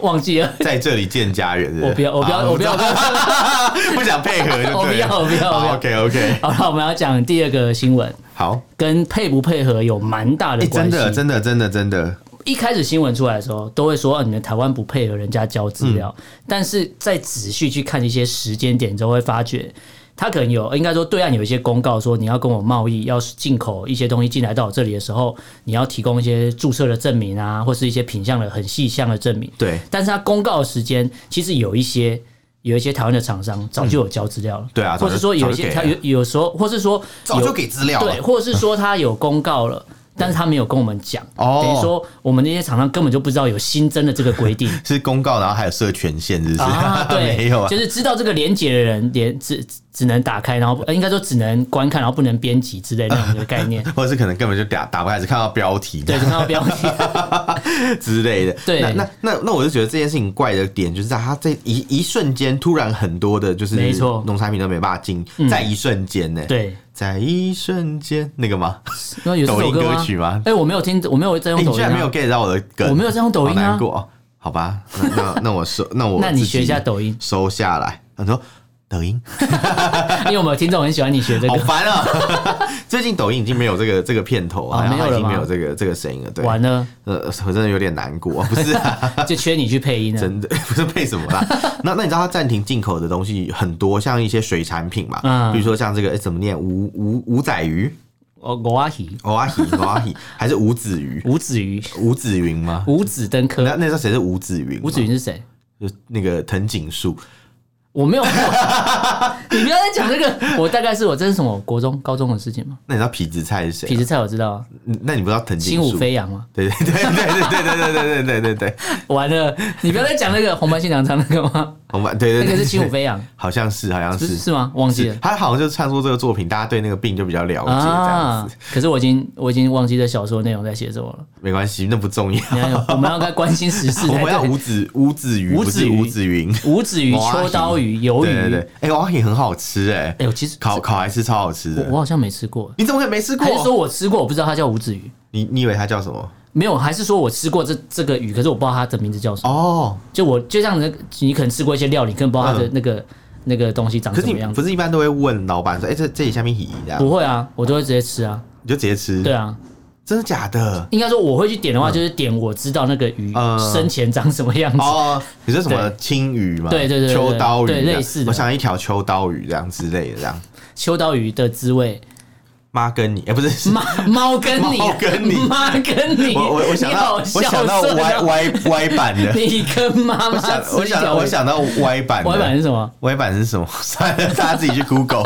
Speaker 2: 忘记了。
Speaker 1: 在这里见家人。是是
Speaker 2: 我不要，我不
Speaker 1: 啊
Speaker 2: 要，我不要，我不要。
Speaker 1: 不想配合就对了。
Speaker 2: 我不要我不要我不要
Speaker 1: OK OK，
Speaker 2: [laughs] 好了，我们要讲第二个新闻，
Speaker 1: 好，
Speaker 2: 跟配不配合有蛮大的
Speaker 1: 哎，
Speaker 2: 关
Speaker 1: 真
Speaker 2: 系。
Speaker 1: 的真的真的真的，
Speaker 2: 一开始新闻出来的时候，都会说、啊、你们台湾不配合人家交资料，但是再仔细去看一些时间点之后，会发觉他可能有应该说对岸有一些公告说你要跟我贸易，要进口一些东西进来到我这里的时候，你要提供一些注册的证明啊，或是一些品相的很细项的证明。
Speaker 1: 对
Speaker 2: 但是它公告的时间其实有一些有一些台湾的厂商早就有交资料了，
Speaker 1: 对啊
Speaker 2: 或是
Speaker 1: 早
Speaker 2: 说
Speaker 1: 就
Speaker 2: 有一些
Speaker 1: 早就
Speaker 2: 他
Speaker 1: 给
Speaker 2: 有有时候，或是说
Speaker 1: 早
Speaker 2: 有
Speaker 1: 就给资料
Speaker 2: 对，
Speaker 1: 了。
Speaker 2: 或者是说他有公告
Speaker 1: [laughs]
Speaker 2: 了。但是他没有跟我们讲，
Speaker 1: 哦
Speaker 2: 等于说我们那些厂商根本就不知道有新增的这个规定
Speaker 1: 是公告，然后还有设权限，是不是？ [laughs]
Speaker 2: 啊， [laughs] 对，
Speaker 1: 没有 [laughs] 啊，
Speaker 2: 就，是知道这个连接的人连只只能打开，然后不呃应该说只能观看，然后不能编辑之类那样的概念
Speaker 1: [laughs] 或者是可能根本就打打不开，只看到标题
Speaker 2: 对，
Speaker 1: [laughs]
Speaker 2: 就看到标题，
Speaker 1: 之类的。
Speaker 2: 对
Speaker 1: 那那那那，我就觉得这件事情怪的点就是在它这一一瞬间，突然很多的就是
Speaker 2: 没错嗯
Speaker 1: 农产品都没办法进，在一瞬间呢，，
Speaker 2: 对，
Speaker 1: 在一瞬间那个吗？
Speaker 2: 因为有这
Speaker 1: 抖
Speaker 2: 首
Speaker 1: 音
Speaker 2: 歌
Speaker 1: 歌
Speaker 2: 吗？
Speaker 1: 曲吗？
Speaker 2: 哎，我没有听，我没有在 [laughs] 用
Speaker 1: 哎你
Speaker 2: 抖
Speaker 1: 居
Speaker 2: 音
Speaker 1: 然没有
Speaker 2: 啊，
Speaker 1: get 到我的梗，
Speaker 2: 我没有在用抖音
Speaker 1: 好难
Speaker 2: 啊，
Speaker 1: 过哦。好吧，那那那我收，那我
Speaker 2: [laughs] 那你
Speaker 1: 自己
Speaker 2: 学一下抖音，
Speaker 1: 收下来。他说抖音
Speaker 2: [laughs] 因为我们有听众很喜欢你学这
Speaker 1: 好
Speaker 2: 个，
Speaker 1: 烦啊！最近抖音已经没有这个这个片头，
Speaker 2: 啊
Speaker 1: 好像
Speaker 2: 没有
Speaker 1: 它已
Speaker 2: 了
Speaker 1: 经
Speaker 2: 吗
Speaker 1: 没有这个这个声音了。对，
Speaker 2: 完了
Speaker 1: 呃，我真的有点难过，不是啊。
Speaker 2: 就缺你去配音了。
Speaker 1: 真的不是配什么啦。那那你知道它暂停进口的东西很多，像一些水产品嘛，
Speaker 2: 嗯
Speaker 1: 比如说像这个、诶怎么念五五五仔鱼、
Speaker 2: 我我阿喜
Speaker 1: 欧阿喜、欧阿喜，还是五子鱼、
Speaker 2: 吴子瑜、
Speaker 1: 五子云吗？
Speaker 2: 吴子登科
Speaker 1: 那，那时候谁是五子云吗？
Speaker 2: 吴子云是谁？
Speaker 1: 就是那个藤井树，
Speaker 2: 我没有，你不要再讲这个。我大概是我这是什么国中、高中的事情吗？
Speaker 1: 那你知道痞子菜是谁
Speaker 2: 痞
Speaker 1: 吗？
Speaker 2: 子菜我知道啊，
Speaker 1: 嗯那你不知道藤井
Speaker 2: 轻舞
Speaker 1: 树？
Speaker 2: 飞扬吗？
Speaker 1: 对对对对对对对对对对对对，
Speaker 2: 完了，你不要再讲那个红白新娘
Speaker 1: [laughs]
Speaker 2: 唱那个吗？
Speaker 1: 我们对对
Speaker 2: 那个
Speaker 1: 对，
Speaker 2: 是轻舞
Speaker 1: 对，
Speaker 2: 飞扬，
Speaker 1: 好像是好像
Speaker 2: 是
Speaker 1: [laughs] 是
Speaker 2: 是吗？忘记
Speaker 1: 是
Speaker 2: 了，。
Speaker 1: 他好像就是唱出这个作品，大家对那个病就比较了解这样
Speaker 2: 啊
Speaker 1: 子。！
Speaker 2: 可是我已经我已经忘记这小说内容在写什么
Speaker 1: [laughs]
Speaker 2: 了。
Speaker 1: 没关系，那不重要。
Speaker 2: 你看，
Speaker 1: [laughs]
Speaker 2: 我们要该关心时事
Speaker 1: 我
Speaker 2: 才
Speaker 1: 们要
Speaker 2: 对。
Speaker 1: 五子五子鱼，
Speaker 2: 五
Speaker 1: 不是
Speaker 2: 子鱼
Speaker 1: 五子云。
Speaker 2: 吴子鱼、秋刀鱼、鱿
Speaker 1: 对对对
Speaker 2: 鱼，，
Speaker 1: 哎、娃娃也很好吃哎、
Speaker 2: 哎呦，其实
Speaker 1: 烤烤还是超好吃
Speaker 2: 我
Speaker 1: 的。
Speaker 2: 我好像没吃过，
Speaker 1: 你怎么可能没吃过
Speaker 2: 还？是说我吃过，我不知道它叫吴子鱼。
Speaker 1: 你你以为它叫什么？
Speaker 2: 没有，还是说我吃过这这个鱼，可是我不知道它的名字叫什么。
Speaker 1: 哦，
Speaker 2: 就我就像那个你可能吃过一些料理，你更不知道它的那个、那个东西长
Speaker 1: 嗯可
Speaker 2: 什
Speaker 1: 是
Speaker 2: 么
Speaker 1: 你
Speaker 2: 样
Speaker 1: 不
Speaker 2: 子。
Speaker 1: 是一般都会问老板说，哎、这这里下面鱼这样，
Speaker 2: 不会啊，我都会直接吃啊。
Speaker 1: 你就直接吃？
Speaker 2: 对，啊，
Speaker 1: 真的假的？
Speaker 2: 应该说我会去点的话，就是点我知道那个鱼
Speaker 1: 嗯
Speaker 2: 生前长什么样子。
Speaker 1: 哦，你说什么
Speaker 2: 对
Speaker 1: 青鱼吗？
Speaker 2: 对对对对
Speaker 1: 秋刀鱼
Speaker 2: 对
Speaker 1: 这样
Speaker 2: 类似的
Speaker 1: 我想一条秋刀鱼这样之类的，这样
Speaker 2: 秋刀鱼的滋味，
Speaker 1: 妈跟你，哎、不是，是
Speaker 2: 猫猫跟你，
Speaker 1: [laughs] 猫跟你
Speaker 2: 妈跟你，
Speaker 1: 我我我想到
Speaker 2: 你好
Speaker 1: 我想到
Speaker 2: 孝顺
Speaker 1: 歪
Speaker 2: 啊
Speaker 1: 歪歪版的，
Speaker 2: 你跟妈
Speaker 1: 我
Speaker 2: 妈
Speaker 1: 想
Speaker 2: 吃
Speaker 1: 我
Speaker 2: 一
Speaker 1: 想到
Speaker 2: 条
Speaker 1: 我
Speaker 2: 鱼
Speaker 1: 想到歪版的，
Speaker 2: 哦歪版是什么？
Speaker 1: 微版是什么？ [laughs] 算了，大家自己去 Google，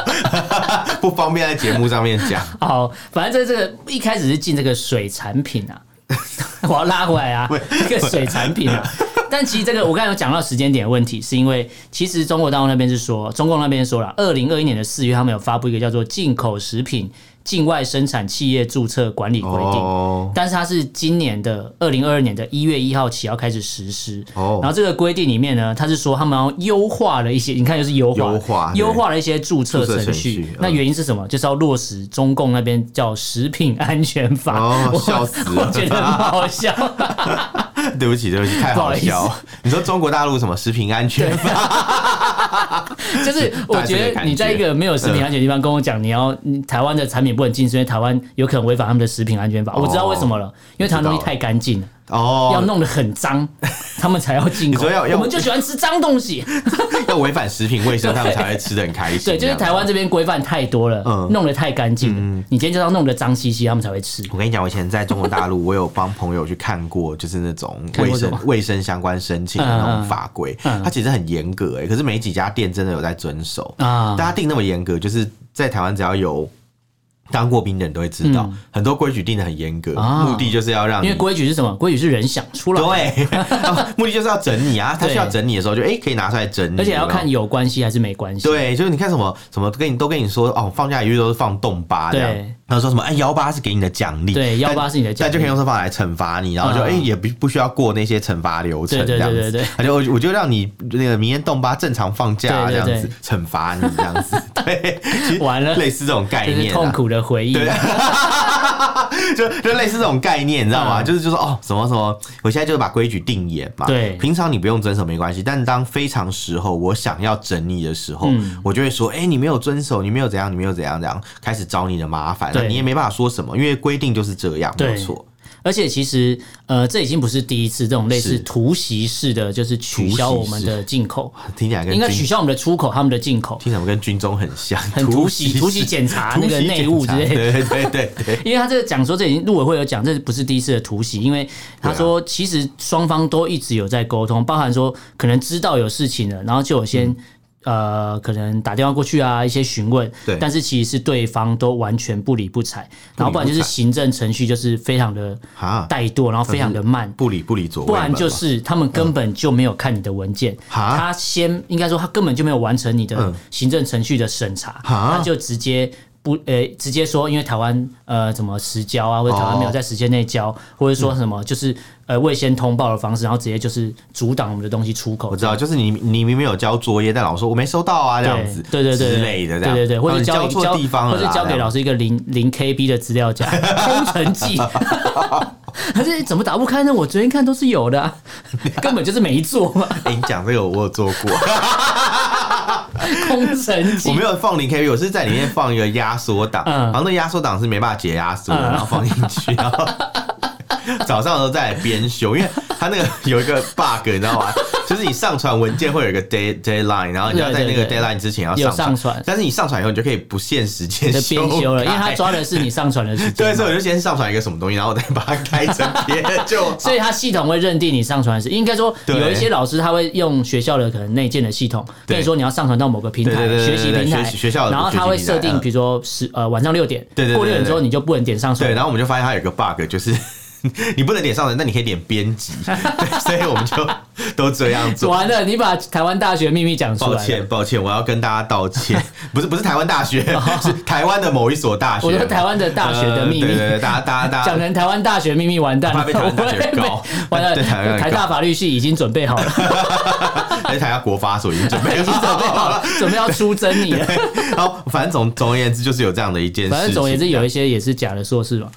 Speaker 1: 不方便在节目上面讲。
Speaker 2: [laughs] 好，反正在这个一开始是进这个水产品啊， [laughs] 我要拉回来啊，这个水产品啊。但其实这个我刚才有讲到时间点的问题，是因为其实中国大陆那边是说，中共那边说了，二零二一年的四月，他们有发布一个叫做《进口食品境外生产企业注册管理规定》
Speaker 1: 哦
Speaker 2: 但是它是今年的二零二二年的一月一号起要开始实施。
Speaker 1: 哦
Speaker 2: 然后这个规定里面呢，它是说他们要优化了一些，你看就是优化
Speaker 1: 优化对
Speaker 2: 优化了一些注册
Speaker 1: 注册
Speaker 2: 程
Speaker 1: 程
Speaker 2: 序
Speaker 1: 序。
Speaker 2: 那
Speaker 1: 嗯
Speaker 2: 原因是什么？就是要落实中共那边叫《食品安全法》
Speaker 1: 哦
Speaker 2: 我
Speaker 1: 笑死了
Speaker 2: [laughs] 我觉得很好
Speaker 1: [laughs]
Speaker 2: 笑。
Speaker 1: 对不起，对不起，太
Speaker 2: 不
Speaker 1: 好
Speaker 2: 好意思
Speaker 1: 笑。你说中国大陆什么食品安全法？
Speaker 2: 就是我觉得你在一个没有食品安全的地方跟我讲你要你台湾的产品不能进，是因为台湾有可能违反他们的食品安全法。我知道为什么了，因为台湾东西太干净了，要
Speaker 1: [laughs] 哦，
Speaker 2: 弄得很脏，
Speaker 1: [laughs]
Speaker 2: 他们才要进口
Speaker 1: 你说要。要啊
Speaker 2: 我们就喜欢吃脏东
Speaker 1: [laughs]
Speaker 2: 西。
Speaker 1: 要违反食品卫生，他们才会吃的很开心。
Speaker 2: 对，就是
Speaker 1: 这样
Speaker 2: 台湾这边规范太多了，
Speaker 1: 嗯
Speaker 2: 弄得太干净了。你今天就要弄得脏兮兮，他们才会吃。
Speaker 1: 我跟你讲，我以前在中国大陆，我有帮朋友去看过，就是那种
Speaker 2: 看
Speaker 1: 卫
Speaker 2: 过什
Speaker 1: 生
Speaker 2: 么
Speaker 1: 卫生相关申请的那种法规，
Speaker 2: 嗯嗯
Speaker 1: 它其实很严格哎、可是没几家店真的有在遵守
Speaker 2: 啊
Speaker 1: 大家定那么严格，就是在台湾只要有。当过兵的人都会知道，很多规矩定的很严格，
Speaker 2: 嗯啊
Speaker 1: 目的就是要让
Speaker 2: 因
Speaker 1: 你
Speaker 2: 为规矩是什么？规矩是人想出来的， [laughs]
Speaker 1: 对， [laughs] 目的就是要整你啊。他
Speaker 2: 对
Speaker 1: 需要整你的时候就，哎可以拿出来整你，
Speaker 2: 而且要看
Speaker 1: 有
Speaker 2: 有关系还是没关系。
Speaker 1: 没有。对，啊就是你看什么什么跟你都跟你说哦，放假一律都是放冻八这样
Speaker 2: 对，
Speaker 1: 然后说什么哎幺八是给你的奖励，
Speaker 2: 对，幺八是你的
Speaker 1: 但
Speaker 2: 奖
Speaker 1: 就可以
Speaker 2: 励。
Speaker 1: 用这方法来惩罚你，然后就
Speaker 2: 嗯
Speaker 1: 哎、也不不需要过那些惩罚流程
Speaker 2: 对
Speaker 1: 这
Speaker 2: 对
Speaker 1: 样
Speaker 2: 对
Speaker 1: 子，
Speaker 2: 对对
Speaker 1: 他就我我就让你那个明天冻八正常放假啊这
Speaker 2: 对对对
Speaker 1: 样子惩罚你这样子， [laughs] 对，其实
Speaker 2: 完了
Speaker 1: 类似这种概
Speaker 2: 这是
Speaker 1: 念、啊
Speaker 2: 痛。苦的回忆，
Speaker 1: 对，啊 [laughs] 就就类似这种概念，你知道吗？
Speaker 2: 嗯
Speaker 1: 就是就说哦，什么什么，我现在就是把规矩定严嘛。
Speaker 2: 对
Speaker 1: 平常你不用遵守没关系，但当非常时候，我想要整你的时候，
Speaker 2: 嗯
Speaker 1: 我就会说，哎、你没有遵守，你没有怎样，你没有怎样怎样，开始找你的麻烦，那
Speaker 2: 对
Speaker 1: 你也没办法说什么，因为规定就是这样，没
Speaker 2: 对
Speaker 1: 有错。
Speaker 2: 而且其实呃，这已经不是第一次这种类似
Speaker 1: 是
Speaker 2: 突袭式的，就是取消我们的进口，
Speaker 1: 听起来跟
Speaker 2: 应该取
Speaker 1: 军
Speaker 2: 消我们的出口，他们的进口。
Speaker 1: 听起来跟军中很像，
Speaker 2: 很突袭突袭检查那个内务之类的
Speaker 1: 的。对对对
Speaker 2: [laughs]
Speaker 1: 对，
Speaker 2: 因为他这个讲说，这已经陆委会有讲，这不是第一次的突袭。因为他说，
Speaker 1: 啊
Speaker 2: 其实双方都一直有在沟通，包含说可能知道有事情了，然后就有先、
Speaker 1: 嗯
Speaker 2: 呃，可能打电话过去啊，一些询问。
Speaker 1: 对
Speaker 2: 但是其实是对方都完全不理不睬，然后不然就是
Speaker 1: 不理不
Speaker 2: 行政程序就是非常的
Speaker 1: 啊
Speaker 2: 怠惰，然后非常的慢。
Speaker 1: 不理不理左卫
Speaker 2: 不
Speaker 1: 门嘛，嗯
Speaker 2: 然就是他们根本就没有看你的文件，
Speaker 1: 哈
Speaker 2: 他先应该说他根本就没有完成你的
Speaker 1: 嗯
Speaker 2: 行政程序的审查，
Speaker 1: 哈
Speaker 2: 他就直接。不，呃、直接说，因为台湾呃，怎么迟交
Speaker 1: 哦
Speaker 2: 啊，或者台湾没有在时间内交，或者说什
Speaker 1: 嗯
Speaker 2: 么，就是呃未先通报的方式，然后直接就是阻挡我们的东西出口
Speaker 1: 我，知道，就是你你明明有交作业，但老师说我没收到啊，这样子，
Speaker 2: 对对对
Speaker 1: 之类的，这
Speaker 2: 对
Speaker 1: 样
Speaker 2: 对对，或
Speaker 1: 然
Speaker 2: 者
Speaker 1: 后你
Speaker 2: 交
Speaker 1: 交
Speaker 2: 给
Speaker 1: 错
Speaker 2: 交
Speaker 1: 地方了
Speaker 2: 或
Speaker 1: 啦，
Speaker 2: 者交给老
Speaker 1: 师，
Speaker 2: 师一个零零 KB 的资
Speaker 1: [laughs]
Speaker 2: 料夹，空城计，他这怎么打不开呢？我昨天看都是有
Speaker 1: [laughs]
Speaker 2: 的啊、根本就是没做嘛，
Speaker 1: 哎你讲这个我有做
Speaker 2: [laughs]
Speaker 1: 过，
Speaker 2: 空城计
Speaker 1: 我没有放零 KB，我是在里面放一个压缩档，
Speaker 2: 嗯
Speaker 1: 然后那压缩档是没办法解压缩的，
Speaker 2: 嗯
Speaker 1: 然后放进去，
Speaker 2: [laughs]
Speaker 1: 然后早上的时候再来编修，因为它那个 [laughs] 有一个 bug，你知道吗？就是你上传文件会有一个 day deadline，然后你要在那
Speaker 2: 对
Speaker 1: 个
Speaker 2: 对对
Speaker 1: deadline 之前要
Speaker 2: 有上
Speaker 1: 上
Speaker 2: 传
Speaker 1: 但是你上传以后你就可以不限时间
Speaker 2: 的编修了，因为他
Speaker 1: 改
Speaker 2: 抓的是你上传的时
Speaker 1: 对，
Speaker 2: 间
Speaker 1: 所
Speaker 2: 嘛。
Speaker 1: 以我就先上传一个什么东西，然后我再把它开成别的就好。
Speaker 2: 所以他系统会认定你上传的时，应该说
Speaker 1: 对
Speaker 2: 有一些老师他会用学校的可能内建的系统
Speaker 1: 对
Speaker 2: 跟你说你要上传到某个平台
Speaker 1: 对对对对
Speaker 2: 学
Speaker 1: 对
Speaker 2: 习平台，
Speaker 1: 学学校的
Speaker 2: 然后他会设
Speaker 1: 学习平
Speaker 2: 定
Speaker 1: 台嗯
Speaker 2: 比如说十呃晚上六点，
Speaker 1: 对对对
Speaker 2: 过六点之后
Speaker 1: 对对
Speaker 2: 你就不能点上传
Speaker 1: 对，，然后我们就发现它有个 bug，就是 [laughs] 你不能点上传，那你可以点
Speaker 2: [laughs]
Speaker 1: 编辑。对，所以我们就 [laughs] 都这样做。
Speaker 2: 完了你把台湾大学秘密讲出
Speaker 1: 抱
Speaker 2: 来了
Speaker 1: 歉，。抱歉，我要跟大家道歉，不是不是台湾大学，是台湾的某一所大学。
Speaker 2: 哦我说台湾的大学的秘密
Speaker 1: 呃对对对，大家大家
Speaker 2: [laughs]
Speaker 1: 大
Speaker 2: 讲
Speaker 1: 家。
Speaker 2: 成台湾大学秘密完蛋了，
Speaker 1: 怕被台湾大学告
Speaker 2: 完了
Speaker 1: [laughs] 对台湾大学告
Speaker 2: 台大法律系已经准备好了，
Speaker 1: 而且台湾国发所已经准备
Speaker 2: [laughs] 已经准备好
Speaker 1: 好
Speaker 2: 了
Speaker 1: 了。，
Speaker 2: 准备要出征你了。
Speaker 1: [laughs] 好，反正总总而言之，就是有这样的一件事情。
Speaker 2: 反正总而言之，有一些也是假的硕士
Speaker 1: [laughs]
Speaker 2: 嘛，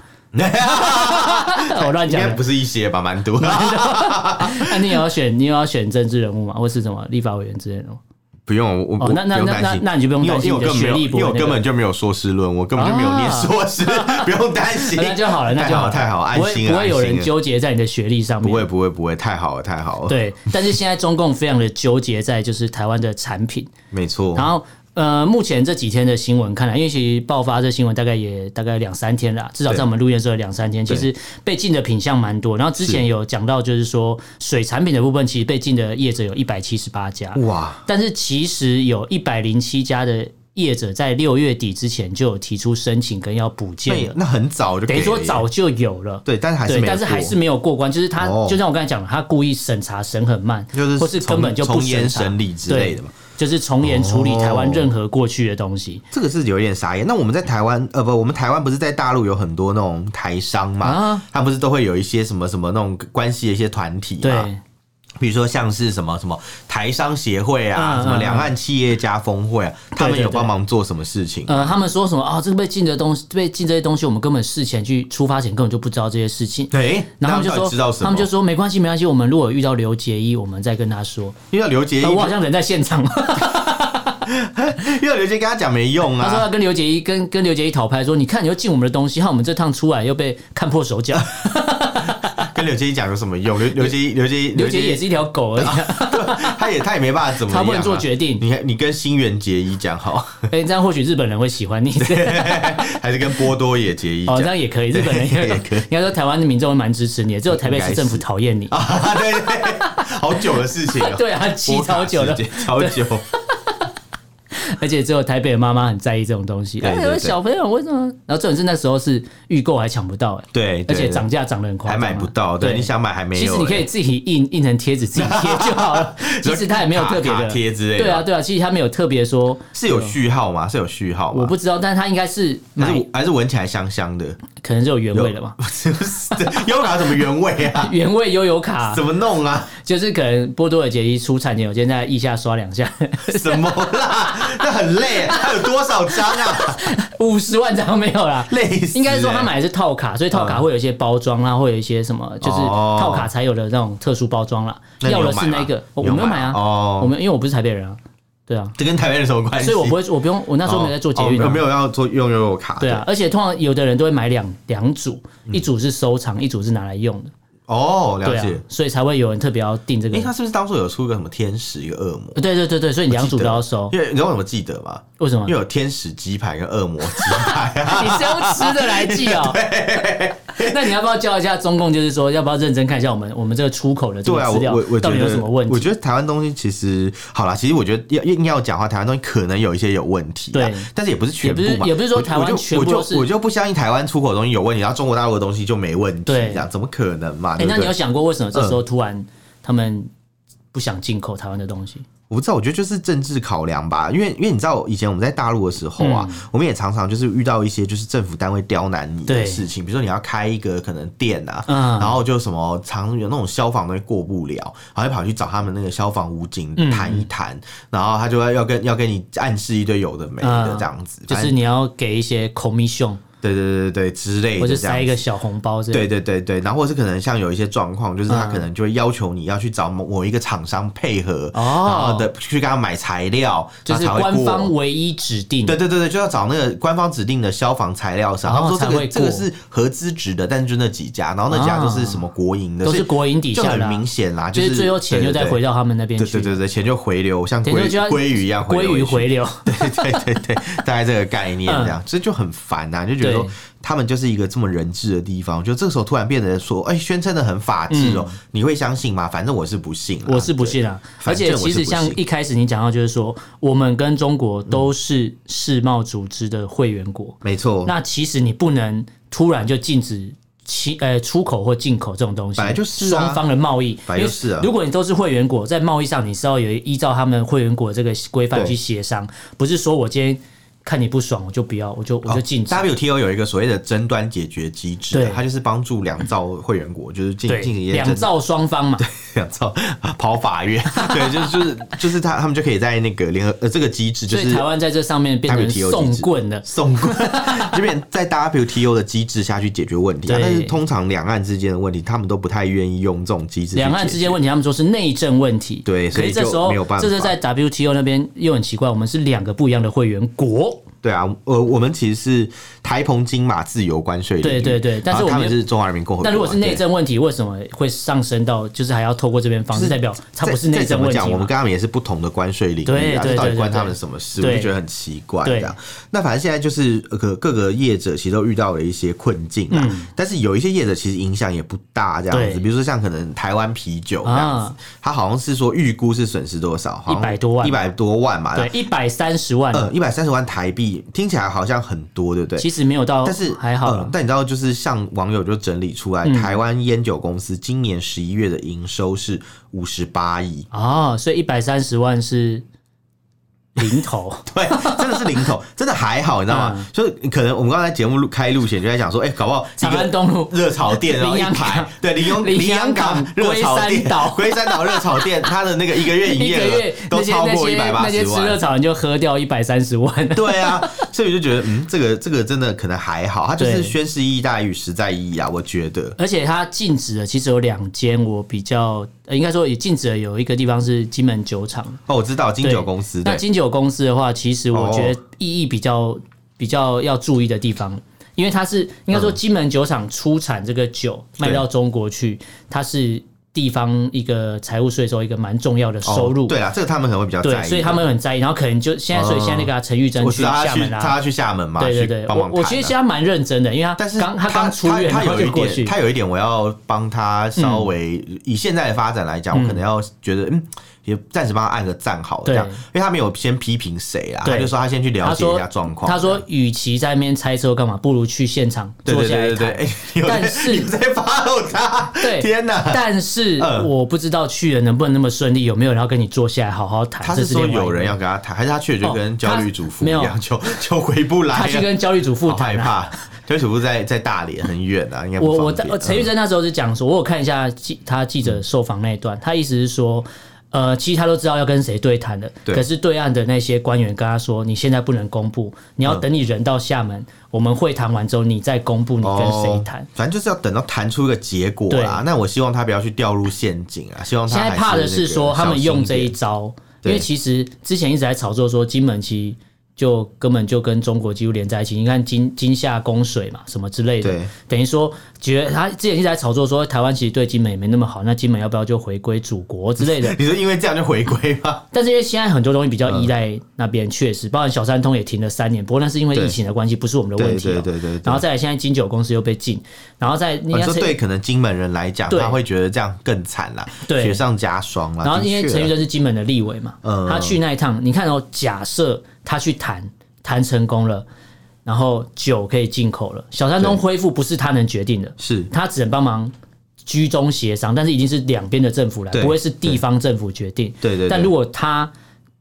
Speaker 2: 我乱
Speaker 1: 应
Speaker 2: 讲
Speaker 1: 该
Speaker 2: 的。
Speaker 1: 不是一些吧，蛮多。
Speaker 2: 那你有要选，你有要选政治人物吗？或是什么立法委员之类的吗？
Speaker 1: 不用，我我
Speaker 2: 哦
Speaker 1: 我
Speaker 2: 那那
Speaker 1: 不用
Speaker 2: 那
Speaker 1: 担心
Speaker 2: 那那你就不用
Speaker 1: 因为
Speaker 2: 担心
Speaker 1: 因为
Speaker 2: 你的
Speaker 1: 我根本没有，
Speaker 2: 学历不
Speaker 1: 因
Speaker 2: 会
Speaker 1: 为我
Speaker 2: 那个
Speaker 1: 根
Speaker 2: 啊
Speaker 1: 本就没有硕士论，我根本就没有念
Speaker 2: [laughs]
Speaker 1: 硕士，不用担心，
Speaker 2: 那就好了，那就
Speaker 1: 太
Speaker 2: 好
Speaker 1: 好
Speaker 2: 了，
Speaker 1: 太好，安
Speaker 2: 不会
Speaker 1: 心了，啊
Speaker 2: 不会有
Speaker 1: 安心
Speaker 2: 人
Speaker 1: 了
Speaker 2: 纠结在你的学历上面，
Speaker 1: 不会不会不会，太好了太好了，，
Speaker 2: 对。但是现在中共非常的纠结在就是台湾的产品，
Speaker 1: 没错
Speaker 2: 然，后。呃，目前这几天的新闻看来，因为其实爆发这新闻大概也大概两三天了，啊至少在我们录音的时候有两三天，其
Speaker 1: 对
Speaker 2: 实被禁的品项蛮多。然后之前
Speaker 1: 是
Speaker 2: 有讲到，就是说水产品的部分，其实被禁的业者有一百七十八家，
Speaker 1: 哇，
Speaker 2: 但是其实有一百零七家的业者在六月底之前就有提出申请跟要补
Speaker 1: 那
Speaker 2: 件了，
Speaker 1: 那很早就
Speaker 2: 等
Speaker 1: 给
Speaker 2: 于
Speaker 1: 了
Speaker 2: 说
Speaker 1: 耶
Speaker 2: 早就有了。
Speaker 1: 对，但是还是
Speaker 2: 对，
Speaker 1: 没有
Speaker 2: 但是还
Speaker 1: 过
Speaker 2: 是没有过关，就是他、
Speaker 1: 哦
Speaker 2: 就像我刚才讲的，他故意审查审很慢，
Speaker 1: 就是
Speaker 2: 或是根本就不
Speaker 1: 从
Speaker 2: 审
Speaker 1: 严
Speaker 2: 查
Speaker 1: 审，理之类的嘛，
Speaker 2: 就是从严处理
Speaker 1: 哦
Speaker 2: 台湾任何过去的东西。
Speaker 1: 这个是有点傻眼。那我们在台湾，呃，不，我们台湾不是在大陆有很多那种台商嘛，
Speaker 2: 啊
Speaker 1: 他不是都会有一些什么什么那种关系的一些团体嘛，
Speaker 2: 对，
Speaker 1: 比如说像是什么什么台商协会啊，
Speaker 2: 嗯
Speaker 1: 什么两岸企业家峰会啊，他们
Speaker 2: 对
Speaker 1: 有
Speaker 2: 对
Speaker 1: 帮忙做什么事情？
Speaker 2: 呃，他们说什么啊、这个被禁的东西，被禁这些东西，我们根本事前去出发前根本就不知道这些事情。
Speaker 1: 对，
Speaker 2: 然后他们就
Speaker 1: 那到
Speaker 2: 说，
Speaker 1: 底知道什么？
Speaker 2: 他们就说没关系，没关系，我们如果遇到刘杰一，我们再跟他说。
Speaker 1: 因为刘杰一
Speaker 2: 呃，我好像人在现场，
Speaker 1: [laughs] 因为刘杰跟他讲没用
Speaker 2: 他说
Speaker 1: 啊，
Speaker 2: 要跟刘杰一跟跟刘杰一讨拍，说你看你又进我们的东西，害我们这趟出来又被看破手脚。
Speaker 1: 跟刘杰一讲有什么用？刘刘杰 [laughs] 一刘杰一
Speaker 2: 刘杰也是一条狗而已，
Speaker 1: 他也他也没办法怎么样、
Speaker 2: [laughs] 他
Speaker 1: 啊，
Speaker 2: 不能做决定。
Speaker 1: 你你跟新垣结衣讲好， [laughs]
Speaker 2: 哎、这样或许日本人会喜欢你。
Speaker 1: 还是跟波多野结衣
Speaker 2: 哦，
Speaker 1: 讲
Speaker 2: 这？样也可以，日本人也
Speaker 1: [laughs] 也
Speaker 2: 可
Speaker 1: 可
Speaker 2: 以
Speaker 1: 以。
Speaker 2: 应该说台湾的民众会蛮支持你的，只有台北市政府讨厌你。
Speaker 1: 啊， [laughs] 对对对，好久的事情、哦，
Speaker 2: [laughs] 对啊，气
Speaker 1: 波卡
Speaker 2: 超久了
Speaker 1: 事，件，超久。
Speaker 2: 而且只有台北的妈妈很在意这种东西。
Speaker 1: 对
Speaker 2: 哎，
Speaker 1: 对
Speaker 2: 有
Speaker 1: 对
Speaker 2: 小朋友为什么？然后重点是那时候是预购还抢不到，哎，
Speaker 1: 对，
Speaker 2: 而
Speaker 1: 对
Speaker 2: 且
Speaker 1: 对
Speaker 2: 涨价涨得很夸
Speaker 1: 还
Speaker 2: 张啊，
Speaker 1: 买不到，对，你想买还没有、欸
Speaker 2: 其实你可以自己印印成贴纸自己贴就好
Speaker 1: [laughs]
Speaker 2: 了。其实它也没有特别
Speaker 1: 卡
Speaker 2: 的
Speaker 1: 卡贴之类的
Speaker 2: 对啊，对啊，其实它没有特别说，
Speaker 1: 是有序号吗？是有序号吗？
Speaker 2: 嗯我不知道，但是它应该是
Speaker 1: 还
Speaker 2: 买
Speaker 1: 是还是闻起来香香的，
Speaker 2: 可能就有原味了吧，
Speaker 1: 是 [laughs] 不是？优卡什么原味
Speaker 2: [laughs]
Speaker 1: 啊？
Speaker 2: 原味悠游
Speaker 1: [laughs]
Speaker 2: 卡
Speaker 1: 怎么弄啊？
Speaker 2: 就是可能波多尔结衣出产前，我今天在腋下刷两下， [laughs]
Speaker 1: 什么啦？那很累，它有多少张
Speaker 2: [laughs]
Speaker 1: 啊？
Speaker 2: 五十万张没有啦。
Speaker 1: [laughs] 累死、欸！
Speaker 2: 应该说他买的是套卡，所以套卡会有一些包装啦，会有一些什么，就是
Speaker 1: 哦
Speaker 2: 套卡才有的那种特殊包装啦。
Speaker 1: 那你
Speaker 2: 要
Speaker 1: 有
Speaker 2: 的是
Speaker 1: 买吗
Speaker 2: 那个，我
Speaker 1: 你有
Speaker 2: 没有
Speaker 1: 买
Speaker 2: 买啊，
Speaker 1: 哦
Speaker 2: 我们因为我不是台北人啊，对啊，
Speaker 1: 这跟台湾有什么关系？
Speaker 2: 所以我不会，我不用，我那时候没在做捷运、
Speaker 1: 哦
Speaker 2: 啊
Speaker 1: 哦没有要做用悠游卡。
Speaker 2: 对啊，而且通常有的人都会买两两组，一组是收藏，一组是拿来用的。
Speaker 1: 哦，嗯了
Speaker 2: 对啊
Speaker 1: 解。，
Speaker 2: 所以才会有人特别要定这个
Speaker 1: 哎、。他是不是当初有出一个什么天使一个恶魔？
Speaker 2: 对对对对，所以两组都要收，
Speaker 1: 因为你知道为什么记得吗？
Speaker 2: 为什么
Speaker 1: 因为？有天使鸡排跟恶魔鸡排啊。
Speaker 2: 你是用吃的来记
Speaker 1: [laughs]
Speaker 2: 哦、 [laughs] 那你要不要教一下中共？就是说，要不要认真看一下我们我们这个出口的这
Speaker 1: 对
Speaker 2: 个
Speaker 1: 啊，
Speaker 2: 资
Speaker 1: 我
Speaker 2: 料
Speaker 1: 我我
Speaker 2: 到
Speaker 1: 觉
Speaker 2: 底
Speaker 1: 得
Speaker 2: 有什么问
Speaker 1: 我
Speaker 2: 题？
Speaker 1: 觉得台湾东西其实好啦，其实我觉得要硬要讲话，台湾东西可能有一些有问题啊，
Speaker 2: 对
Speaker 1: 但是也不是全部嘛，
Speaker 2: 也不是也不是说
Speaker 1: 我
Speaker 2: 台湾
Speaker 1: 我就
Speaker 2: 全部
Speaker 1: 我就
Speaker 2: 都是
Speaker 1: 我就不相信台湾出口的东西有问题，然后中国大陆的东西就没问题，
Speaker 2: 对
Speaker 1: 这样怎么可能嘛？
Speaker 2: 哎、
Speaker 1: 对不
Speaker 2: 那
Speaker 1: 对
Speaker 2: 你有？想过为什么这时
Speaker 1: 嗯
Speaker 2: 候突然他们不想进口台湾的东西？
Speaker 1: 我不知道，我觉得就是政治考量吧，因为因为你知道，以前我们在大陆的时候
Speaker 2: 嗯
Speaker 1: 啊，我们也常常就是遇到一些就是政府单位刁难你
Speaker 2: 对
Speaker 1: 的事情，比如说你要开一个可能店啊，
Speaker 2: 嗯
Speaker 1: 然后就什么常有那种消防东西过不了，然后就跑去找他们那个消防武警
Speaker 2: 嗯
Speaker 1: 谈一谈，然后他就要要跟要跟你暗示一堆有的没的
Speaker 2: 嗯
Speaker 1: 这样子，
Speaker 2: 就
Speaker 1: 反
Speaker 2: 是
Speaker 1: 正
Speaker 2: 你要给一些 commission
Speaker 1: 对对对对对之类
Speaker 2: 或
Speaker 1: 的
Speaker 2: 者
Speaker 1: 这
Speaker 2: 塞一
Speaker 1: 样
Speaker 2: 个
Speaker 1: 子。
Speaker 2: 小红包之类
Speaker 1: 对
Speaker 2: 的。
Speaker 1: 对对对，然后或是可能像有一些状况，就是他
Speaker 2: 嗯
Speaker 1: 可能就会要求你要去找某某一个厂商配合，
Speaker 2: 哦
Speaker 1: 然后的去跟他买材料，
Speaker 2: 就是
Speaker 1: 然后才会
Speaker 2: 官
Speaker 1: 过
Speaker 2: 方唯一指定，
Speaker 1: 对对对对，就要找那个官方指定的消防材料商。
Speaker 2: 然
Speaker 1: 他
Speaker 2: 后
Speaker 1: 们说
Speaker 2: 哦
Speaker 1: 这
Speaker 2: 才会
Speaker 1: 个这个
Speaker 2: 过啊
Speaker 1: 是合资值的，但是就那几家，然后那几家就是什么国营的，
Speaker 2: 都
Speaker 1: 所以
Speaker 2: 是国营底
Speaker 1: 就
Speaker 2: 下
Speaker 1: 很
Speaker 2: 的啊、
Speaker 1: 明显啦，
Speaker 2: 就是是最后钱又再回。到他们那边
Speaker 1: 对
Speaker 2: 去
Speaker 1: 对对，对对对，钱就回流，像
Speaker 2: 等于
Speaker 1: 鲑
Speaker 2: 说就要
Speaker 1: 鲑鱼一样
Speaker 2: 归于
Speaker 1: 流回去。
Speaker 2: 回流。
Speaker 1: 对啊对对对， [laughs] 大概这个概念这样，所以就很烦呐、就觉得说
Speaker 2: 嗯对
Speaker 1: 他们就是一个这么人质的地方，就这个时候突然变得说，哎、宣称的很法治哦、你会相信吗？反正我是不信啦，
Speaker 2: 嗯我是不信啊，而
Speaker 1: 反正
Speaker 2: 且
Speaker 1: 我是
Speaker 2: 其实
Speaker 1: 不
Speaker 2: 像
Speaker 1: 信嗯
Speaker 2: 一开始你讲到，就是说我们跟中国都是世贸组织的会员国，
Speaker 1: 对，没错，
Speaker 2: 那其实你不能突然就禁止其呃出口或进口这种东西，
Speaker 1: 本来就是啊
Speaker 2: 双方的贸易，
Speaker 1: 本来就是啊
Speaker 2: 因为如果你都是会员国，在贸易上你是要有依照他们会员国这个规范
Speaker 1: 对
Speaker 2: 去协商，不是说我今天看你不爽我就不要，我就我
Speaker 1: 哦
Speaker 2: 就禁止。
Speaker 1: WTO 有一个所谓的争端解决机制啊
Speaker 2: 对，
Speaker 1: 它就是帮助两造会员国，就是进
Speaker 2: 对
Speaker 1: 进行一，些
Speaker 2: 两
Speaker 1: 争
Speaker 2: 造双方嘛，
Speaker 1: 两造 [laughs] 跑
Speaker 2: [laughs]
Speaker 1: 法院，对，就是就是就是他他们就可以在那个联合呃这个机制就
Speaker 2: 所以
Speaker 1: 是
Speaker 2: 台。湾在这上面变成
Speaker 1: WTO
Speaker 2: 送棍了。
Speaker 1: 送过 [laughs] 这边在 WTO 的机制下去解决问题、啊，
Speaker 2: 对
Speaker 1: 但是通常两岸之间的问题，他们都不太愿意用这种机制去解决。
Speaker 2: 两岸之间问题，他们说是内政问题，
Speaker 1: 对
Speaker 2: 可
Speaker 1: 所以
Speaker 2: 是这时
Speaker 1: 就
Speaker 2: 候
Speaker 1: 没有办，法
Speaker 2: 这是在 WTO 那边又很奇怪，我们是两个不一样的会员国，
Speaker 1: 对啊，呃，我们其实是台澎金马自由关税领
Speaker 2: 对
Speaker 1: 域
Speaker 2: 对对但是
Speaker 1: 然后
Speaker 2: 我们
Speaker 1: 他们是中华人民共和国嘛。
Speaker 2: 但如果是内
Speaker 1: 对
Speaker 2: 政问题，为什么会上升到就是还要透过这边方式，代表它不是
Speaker 1: 再
Speaker 2: 内政问
Speaker 1: 再怎么
Speaker 2: 题
Speaker 1: 讲，我们
Speaker 2: 嘛？
Speaker 1: 跟他们也是不同的关税领
Speaker 2: 对
Speaker 1: 域啊，
Speaker 2: 对
Speaker 1: 这到
Speaker 2: 对
Speaker 1: 底关
Speaker 2: 对
Speaker 1: 他们什么事？我
Speaker 2: 对
Speaker 1: 就觉得很奇怪
Speaker 2: 对
Speaker 1: 这样。那反正现在就是呃各各个业者其实都遇到了一些困境啊，但是有一些业者其实影响也不大这样子，
Speaker 2: 嗯对
Speaker 1: 比如说像可能台湾啤酒这样子
Speaker 2: 啊，
Speaker 1: 它好像是说预估是损失多少，好像
Speaker 2: 100多万
Speaker 1: 一百多万嘛，
Speaker 2: 对，，一百三十万，
Speaker 1: 嗯，一百三十万台币，听起来好像很多，对不对？
Speaker 2: 其实没有到，
Speaker 1: 但是
Speaker 2: 哦还好嗯
Speaker 1: 嗯
Speaker 2: 啦。
Speaker 1: 但你知道，就是像网友就整理出来，台湾烟酒公司今年十一月的营收是五十八亿， [laughs]
Speaker 2: 哦，所以一百三十万是零
Speaker 1: [laughs]
Speaker 2: 头，
Speaker 1: 对，真的是零
Speaker 2: [laughs]
Speaker 1: 头，真的还好，你知道吗？
Speaker 2: 嗯
Speaker 1: 就是可能我们刚才节目录开录前就在讲说，哎、搞不好一
Speaker 2: 长安
Speaker 1: 个
Speaker 2: 东路
Speaker 1: 热炒店，
Speaker 2: [laughs]
Speaker 1: 然后一
Speaker 2: 羚羊
Speaker 1: 排
Speaker 2: 港，
Speaker 1: 对，林阳
Speaker 2: 羚
Speaker 1: 林
Speaker 2: 羊
Speaker 1: 阳港
Speaker 2: 港
Speaker 1: 热炒
Speaker 2: 龟
Speaker 1: 店
Speaker 2: 山岛，
Speaker 1: [laughs] 龟山岛热炒店，它的那个一个月营
Speaker 2: [laughs] 一
Speaker 1: 业
Speaker 2: 个
Speaker 1: 额
Speaker 2: 月
Speaker 1: 都
Speaker 2: 那些
Speaker 1: 超
Speaker 2: 那
Speaker 1: 过一
Speaker 2: 些
Speaker 1: 百八
Speaker 2: 那些
Speaker 1: 十
Speaker 2: 吃
Speaker 1: 万
Speaker 2: 热。炒人就喝掉一百三十万，[laughs]
Speaker 1: 对啊，所以我就觉得，嗯，这个这个真的可能还好，它就是
Speaker 2: 对
Speaker 1: 宣示意义大于实在意义啊，我觉得。
Speaker 2: 而且它禁止了，其实有两间我比较，呃应该说也禁止了有一个地方是金门酒厂。
Speaker 1: 哦，我知道金九公司，
Speaker 2: 那
Speaker 1: 对，哦
Speaker 2: 金酒公司的话，其实我觉得意义比较、比较要注意的地方，因为它是应该说金门酒厂出产这个酒、
Speaker 1: 对
Speaker 2: 卖到中国去，它是地方一个财务税收一个蛮重要的
Speaker 1: 哦
Speaker 2: 收入。
Speaker 1: 对啦，这个他们可能会比较在
Speaker 2: 对，
Speaker 1: 意，哦
Speaker 2: 所以他们很在意，然后可能就现在，所以现在那个啊陈玉珍
Speaker 1: 我
Speaker 2: 去
Speaker 1: 知道他
Speaker 2: 厦
Speaker 1: 去
Speaker 2: 门啦、
Speaker 1: 他要去厦门嘛，
Speaker 2: 啊对对
Speaker 1: 去
Speaker 2: 对，
Speaker 1: 帮
Speaker 2: 我
Speaker 1: 忙
Speaker 2: 我
Speaker 1: 谈
Speaker 2: 其实
Speaker 1: 啊
Speaker 2: 现在蛮认真的，因为他
Speaker 1: 但是
Speaker 2: 刚他
Speaker 1: 他
Speaker 2: 刚出院，
Speaker 1: 他
Speaker 2: 然后
Speaker 1: 有一
Speaker 2: 就过
Speaker 1: 点，
Speaker 2: 去，嗯
Speaker 1: 他有一点，我要帮他稍微、以现在的发展来讲，我可能要觉得嗯。也暂时帮他按个赞好了，这样
Speaker 2: 对，
Speaker 1: 因为他没有先批评谁啦，
Speaker 2: 对
Speaker 1: 他就说他先去了
Speaker 2: 他
Speaker 1: 解
Speaker 2: 说
Speaker 1: 一下状况。
Speaker 2: 他说，与其在那边猜测干嘛，不如去现场
Speaker 1: 对
Speaker 2: 坐
Speaker 1: 对
Speaker 2: 下来
Speaker 1: 对对对，
Speaker 2: 谈。
Speaker 1: 哎，你有在
Speaker 2: 但是
Speaker 1: 你 [laughs] 有在 follow 他，
Speaker 2: 对
Speaker 1: 天哪！
Speaker 2: 但是
Speaker 1: 嗯
Speaker 2: 我不知道去了能不能那么顺利，有没有人要跟你坐下来好好谈？
Speaker 1: 他
Speaker 2: 这
Speaker 1: 是说
Speaker 2: 另外一
Speaker 1: 有
Speaker 2: 个
Speaker 1: 人要跟他谈，还是他去了就
Speaker 2: 哦
Speaker 1: 跟焦虑主妇
Speaker 2: 他
Speaker 1: 一
Speaker 2: 没有
Speaker 1: 样，就就回不来啊
Speaker 2: 他去
Speaker 1: 了，
Speaker 2: 跟焦虑 [laughs]
Speaker 1: [laughs]
Speaker 2: 主妇
Speaker 1: 哎好害
Speaker 2: 谈啊。
Speaker 1: 怕。焦虑主妇在在大连很远啊，应该不
Speaker 2: 我我
Speaker 1: 方
Speaker 2: 在
Speaker 1: 便
Speaker 2: 呃陈玉珍那时候是讲说，我有看一下记他记者受访那一段，他意思是说。呃，其实他都知道要跟谁对谈的，
Speaker 1: 对
Speaker 2: 可是对岸的那些官员跟他说，你现在不能公布，你
Speaker 1: 嗯
Speaker 2: 要等你人到厦门，我们会谈完之后，你再公布你跟谁谈
Speaker 1: 哦。？反正就是要等到谈出一个结果啦。那我希望他不要去掉入陷阱啊，希望他
Speaker 2: 现在
Speaker 1: 还
Speaker 2: 怕的
Speaker 1: 是那
Speaker 2: 是
Speaker 1: 个
Speaker 2: 说，他
Speaker 1: 小
Speaker 2: 们
Speaker 1: 心
Speaker 2: 用这一
Speaker 1: 点
Speaker 2: 招因
Speaker 1: 对
Speaker 2: 为其实之前一直在炒作说金门其实就根本就跟中国几乎连在一起，你看金金厦供水嘛什么之类的
Speaker 1: 对，
Speaker 2: 等于说觉得他之前一直在炒作说台湾其实对金门也没那么好，那金门要不要就回归祖国之类的？
Speaker 1: [laughs] 你说因为这样就回归吗？
Speaker 2: 但是因为现在很多东西比较
Speaker 1: 嗯
Speaker 2: 依赖那边，确实，包括小三通也停了三年，不过那是因为疫情的关系，不是我们的问题、
Speaker 1: 对
Speaker 2: 哦。
Speaker 1: 对对对对
Speaker 2: 然后再来，现在金九公司又被禁，然后再 [laughs] 应
Speaker 1: 你
Speaker 2: 该
Speaker 1: 说
Speaker 2: 是。
Speaker 1: 哦对，可能金门人来讲，
Speaker 2: 对
Speaker 1: 他会觉得这样更惨啦，
Speaker 2: 对
Speaker 1: 雪上加霜啦。
Speaker 2: 然后因为
Speaker 1: 啊的确
Speaker 2: 陈玉珍是金门的立委嘛，
Speaker 1: 嗯
Speaker 2: 他去那一趟，你看哦，假设他去谈谈成功了，然后酒可以进口了，小三通恢复不是他能决定的，
Speaker 1: 是
Speaker 2: 他只能帮忙居中协商，但是一定是两边的政府来，
Speaker 1: 对
Speaker 2: 不会是地方政府决定。
Speaker 1: 对对对
Speaker 2: 但如果他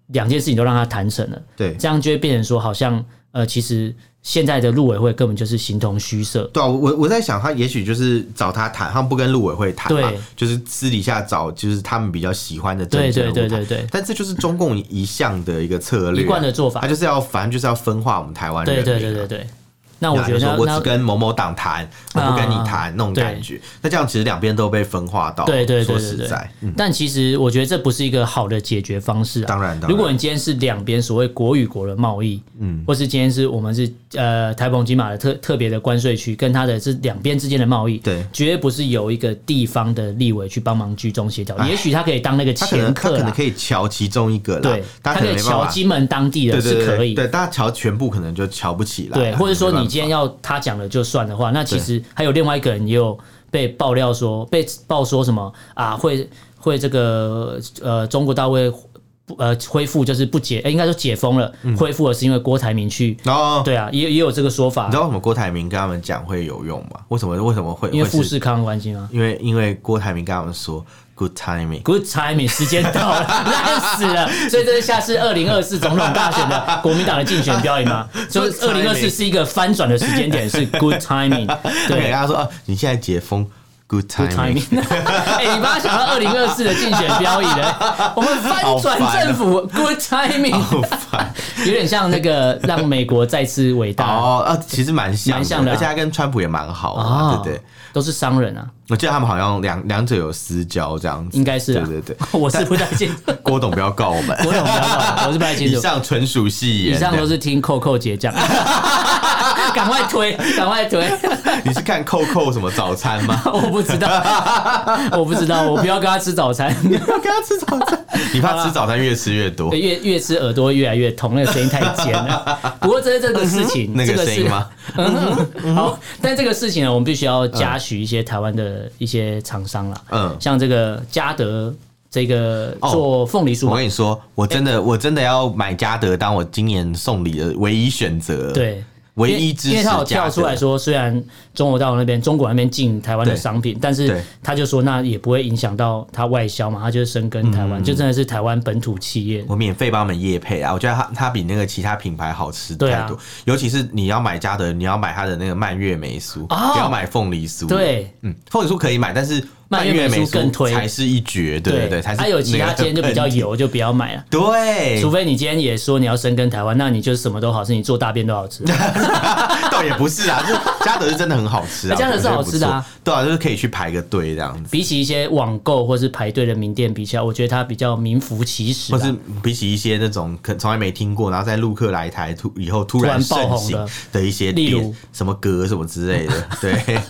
Speaker 2: 两件事情都让他谈成了，
Speaker 1: 对
Speaker 2: 这样就会变成说，好像呃，其实现在的陆委会根本就是形同虚设。
Speaker 1: 对啊，我我在想，他也许就是找他谈，他们不跟陆委会谈嘛
Speaker 2: 对，
Speaker 1: 就是私底下找，就是他们比较喜欢的政
Speaker 2: 对
Speaker 1: 治人
Speaker 2: 对
Speaker 1: 物
Speaker 2: 对
Speaker 1: 谈
Speaker 2: 对对，
Speaker 1: 但这就是中共一向的一个策略啊，
Speaker 2: 一贯的做法
Speaker 1: 他就是要反正就是要分化我们台湾
Speaker 2: 对
Speaker 1: 人民啊。
Speaker 2: 对对对对。那我
Speaker 1: 然后
Speaker 2: 觉
Speaker 1: 就说
Speaker 2: 得
Speaker 1: 我
Speaker 2: 那
Speaker 1: 只跟某某党谈，我不跟你谈那种
Speaker 2: 对
Speaker 1: 感觉。那这样其实两边都被分化到。
Speaker 2: 对对对
Speaker 1: 说
Speaker 2: 对
Speaker 1: 实
Speaker 2: 对
Speaker 1: 在，嗯
Speaker 2: 但其实我觉得这不是一个好的解决方式啊。
Speaker 1: 当然当然
Speaker 2: 如果你今天是两边所谓国与国的贸易，嗯，或是今天是我们是呃台澎金马的特特别的关税区，跟它的是两边之间的贸易，
Speaker 1: 对
Speaker 2: 绝对不是由一个地方的立委去帮忙居中协调。也许他可以当那个
Speaker 1: 哎他可能
Speaker 2: 前
Speaker 1: 他
Speaker 2: 客
Speaker 1: 可能
Speaker 2: 啦，
Speaker 1: 可以瞧其中一个啦，
Speaker 2: 对，
Speaker 1: 大
Speaker 2: 他
Speaker 1: 家可
Speaker 2: 可
Speaker 1: 能
Speaker 2: 以
Speaker 1: 没办
Speaker 2: 瞧
Speaker 1: 法。
Speaker 2: 金门当地的
Speaker 1: 对
Speaker 2: 是
Speaker 1: 对
Speaker 2: 可以
Speaker 1: 对，，对，大家瞧全部可能就瞧不起来。啊
Speaker 2: 对，或者说
Speaker 1: 没办
Speaker 2: 你
Speaker 1: 法
Speaker 2: 今天要他讲了就算的话，那其实还有另外一个人也有被爆料说，被爆说什么啊，会会这个呃中国大会呃恢复就是不解，呃诶应该说解封了，
Speaker 1: 嗯
Speaker 2: 恢复了是因为郭台铭去，
Speaker 1: 哦，
Speaker 2: 对啊，也也有这个说法
Speaker 1: 你知，道为什么郭台铭跟他们讲会有用吗？为什么为什么会？
Speaker 2: 因为
Speaker 1: 会是
Speaker 2: 富士康的关系吗
Speaker 1: 因为因为郭台铭跟他们说 good timing，
Speaker 2: ？Good timing，时间到了， [laughs] 烂死了！所以这是下次二零二四总统大选的国民党的竞选标语
Speaker 1: [laughs]
Speaker 2: 吗？所以
Speaker 1: Good
Speaker 2: 二零二
Speaker 1: timing
Speaker 2: 四是一个翻转的时间点，是 Good
Speaker 1: [laughs]
Speaker 2: timing。
Speaker 1: 他
Speaker 2: 对
Speaker 1: 给，大家说啊，你现在解封 good
Speaker 2: Good
Speaker 1: timing，
Speaker 2: timing，哎、 [laughs] 你把它想到二零二四的竞选标语了。我们翻转政府、，Good timing，、
Speaker 1: [laughs] 啊 [laughs] 好烦啊
Speaker 2: 有点像那个让美国再次伟大啊、
Speaker 1: 哦啊，其实蛮像
Speaker 2: 蛮像的啊
Speaker 1: 而且他跟川普也蛮好啊，
Speaker 2: 哦
Speaker 1: 对不对？
Speaker 2: 都是商人
Speaker 1: [laughs]
Speaker 2: 啊，
Speaker 1: 我记得他们好像两两者有私交这样子，
Speaker 2: 应该是、啊。
Speaker 1: 对对对，
Speaker 2: 我是不太清楚，
Speaker 1: 郭董不要告我们，
Speaker 2: 我怎么知道？我是不太清
Speaker 1: 以
Speaker 2: 楚。
Speaker 1: 上纯属戏言，
Speaker 2: 以上都是听扣扣姐
Speaker 1: [laughs]
Speaker 2: 讲，赶快推，赶快推，
Speaker 1: 你是看扣扣什么早餐吗？
Speaker 2: [laughs] 我不知道，我不知道，我不要跟他吃早餐，
Speaker 1: 你不要跟他吃早餐，你怕吃早餐越吃越多
Speaker 2: 对，越越吃耳朵越来越痛，那个声音太尖了。不过这是这个事情，
Speaker 1: [laughs] 那
Speaker 2: 这
Speaker 1: 个
Speaker 2: 个
Speaker 1: 声
Speaker 2: 是
Speaker 1: 音吗？嗯
Speaker 2: 好，但这个事情呢，我们必须要嘉许一些台湾的一些厂商啦，
Speaker 1: 嗯
Speaker 2: 像这个嘉德这个
Speaker 1: 哦
Speaker 2: 做凤梨酥
Speaker 1: 我
Speaker 2: 嘛，
Speaker 1: 跟你说，我真的我真的要买嘉德当我今年送礼的唯一选择，，
Speaker 2: 对。
Speaker 1: 唯一支
Speaker 2: 因为
Speaker 1: 持
Speaker 2: 他有
Speaker 1: 嘉
Speaker 2: 跳出来
Speaker 1: 德。
Speaker 2: 说，虽然中国大陆那边、中国那边禁台湾的
Speaker 1: 对
Speaker 2: 商品，但是
Speaker 1: 对
Speaker 2: 他就说那也不会影响到他外销嘛，他就是深耕台
Speaker 1: 嗯
Speaker 2: 湾，就真的是台湾本土企业。
Speaker 1: 我免费帮他们夜配啊！我觉得它它比那个其他品牌好吃
Speaker 2: 对
Speaker 1: 太
Speaker 2: 啊
Speaker 1: 多，尤其是你要买嘉德，你要买它的那个蔓越莓酥，
Speaker 2: 哦
Speaker 1: 不要买凤梨酥。，
Speaker 2: 对
Speaker 1: 嗯，凤梨酥可以买，但是
Speaker 2: 蔓越莓
Speaker 1: 越莓
Speaker 2: 酥更推
Speaker 1: 才是一绝，对对对，才是
Speaker 2: 还有其
Speaker 1: 那
Speaker 2: 他
Speaker 1: 个哎
Speaker 2: 间就比较
Speaker 1: 本
Speaker 2: 油，就不要买了。
Speaker 1: [laughs] 对，
Speaker 2: 除非你今天也说你要深耕台湾，那你就是什么都好吃，你做大便都好吃。
Speaker 1: 倒也不是啊，就是嘉德是真的很好吃啊，
Speaker 2: [laughs] 嘉德是好吃的啊
Speaker 1: 我觉得不错，对啊，就是可以去排个队这样子，
Speaker 2: 比起一些网购或是排队的名店比较，我觉得它比较名副其实
Speaker 1: 或
Speaker 2: 啦。
Speaker 1: 是比起一些那种可从来没听过，然后在陆客来台突以后突
Speaker 2: 突然爆
Speaker 1: 盛
Speaker 2: 红的
Speaker 1: 行的一些
Speaker 2: 例如
Speaker 1: 店，什么格什么之
Speaker 2: [laughs]
Speaker 1: 类的，对，因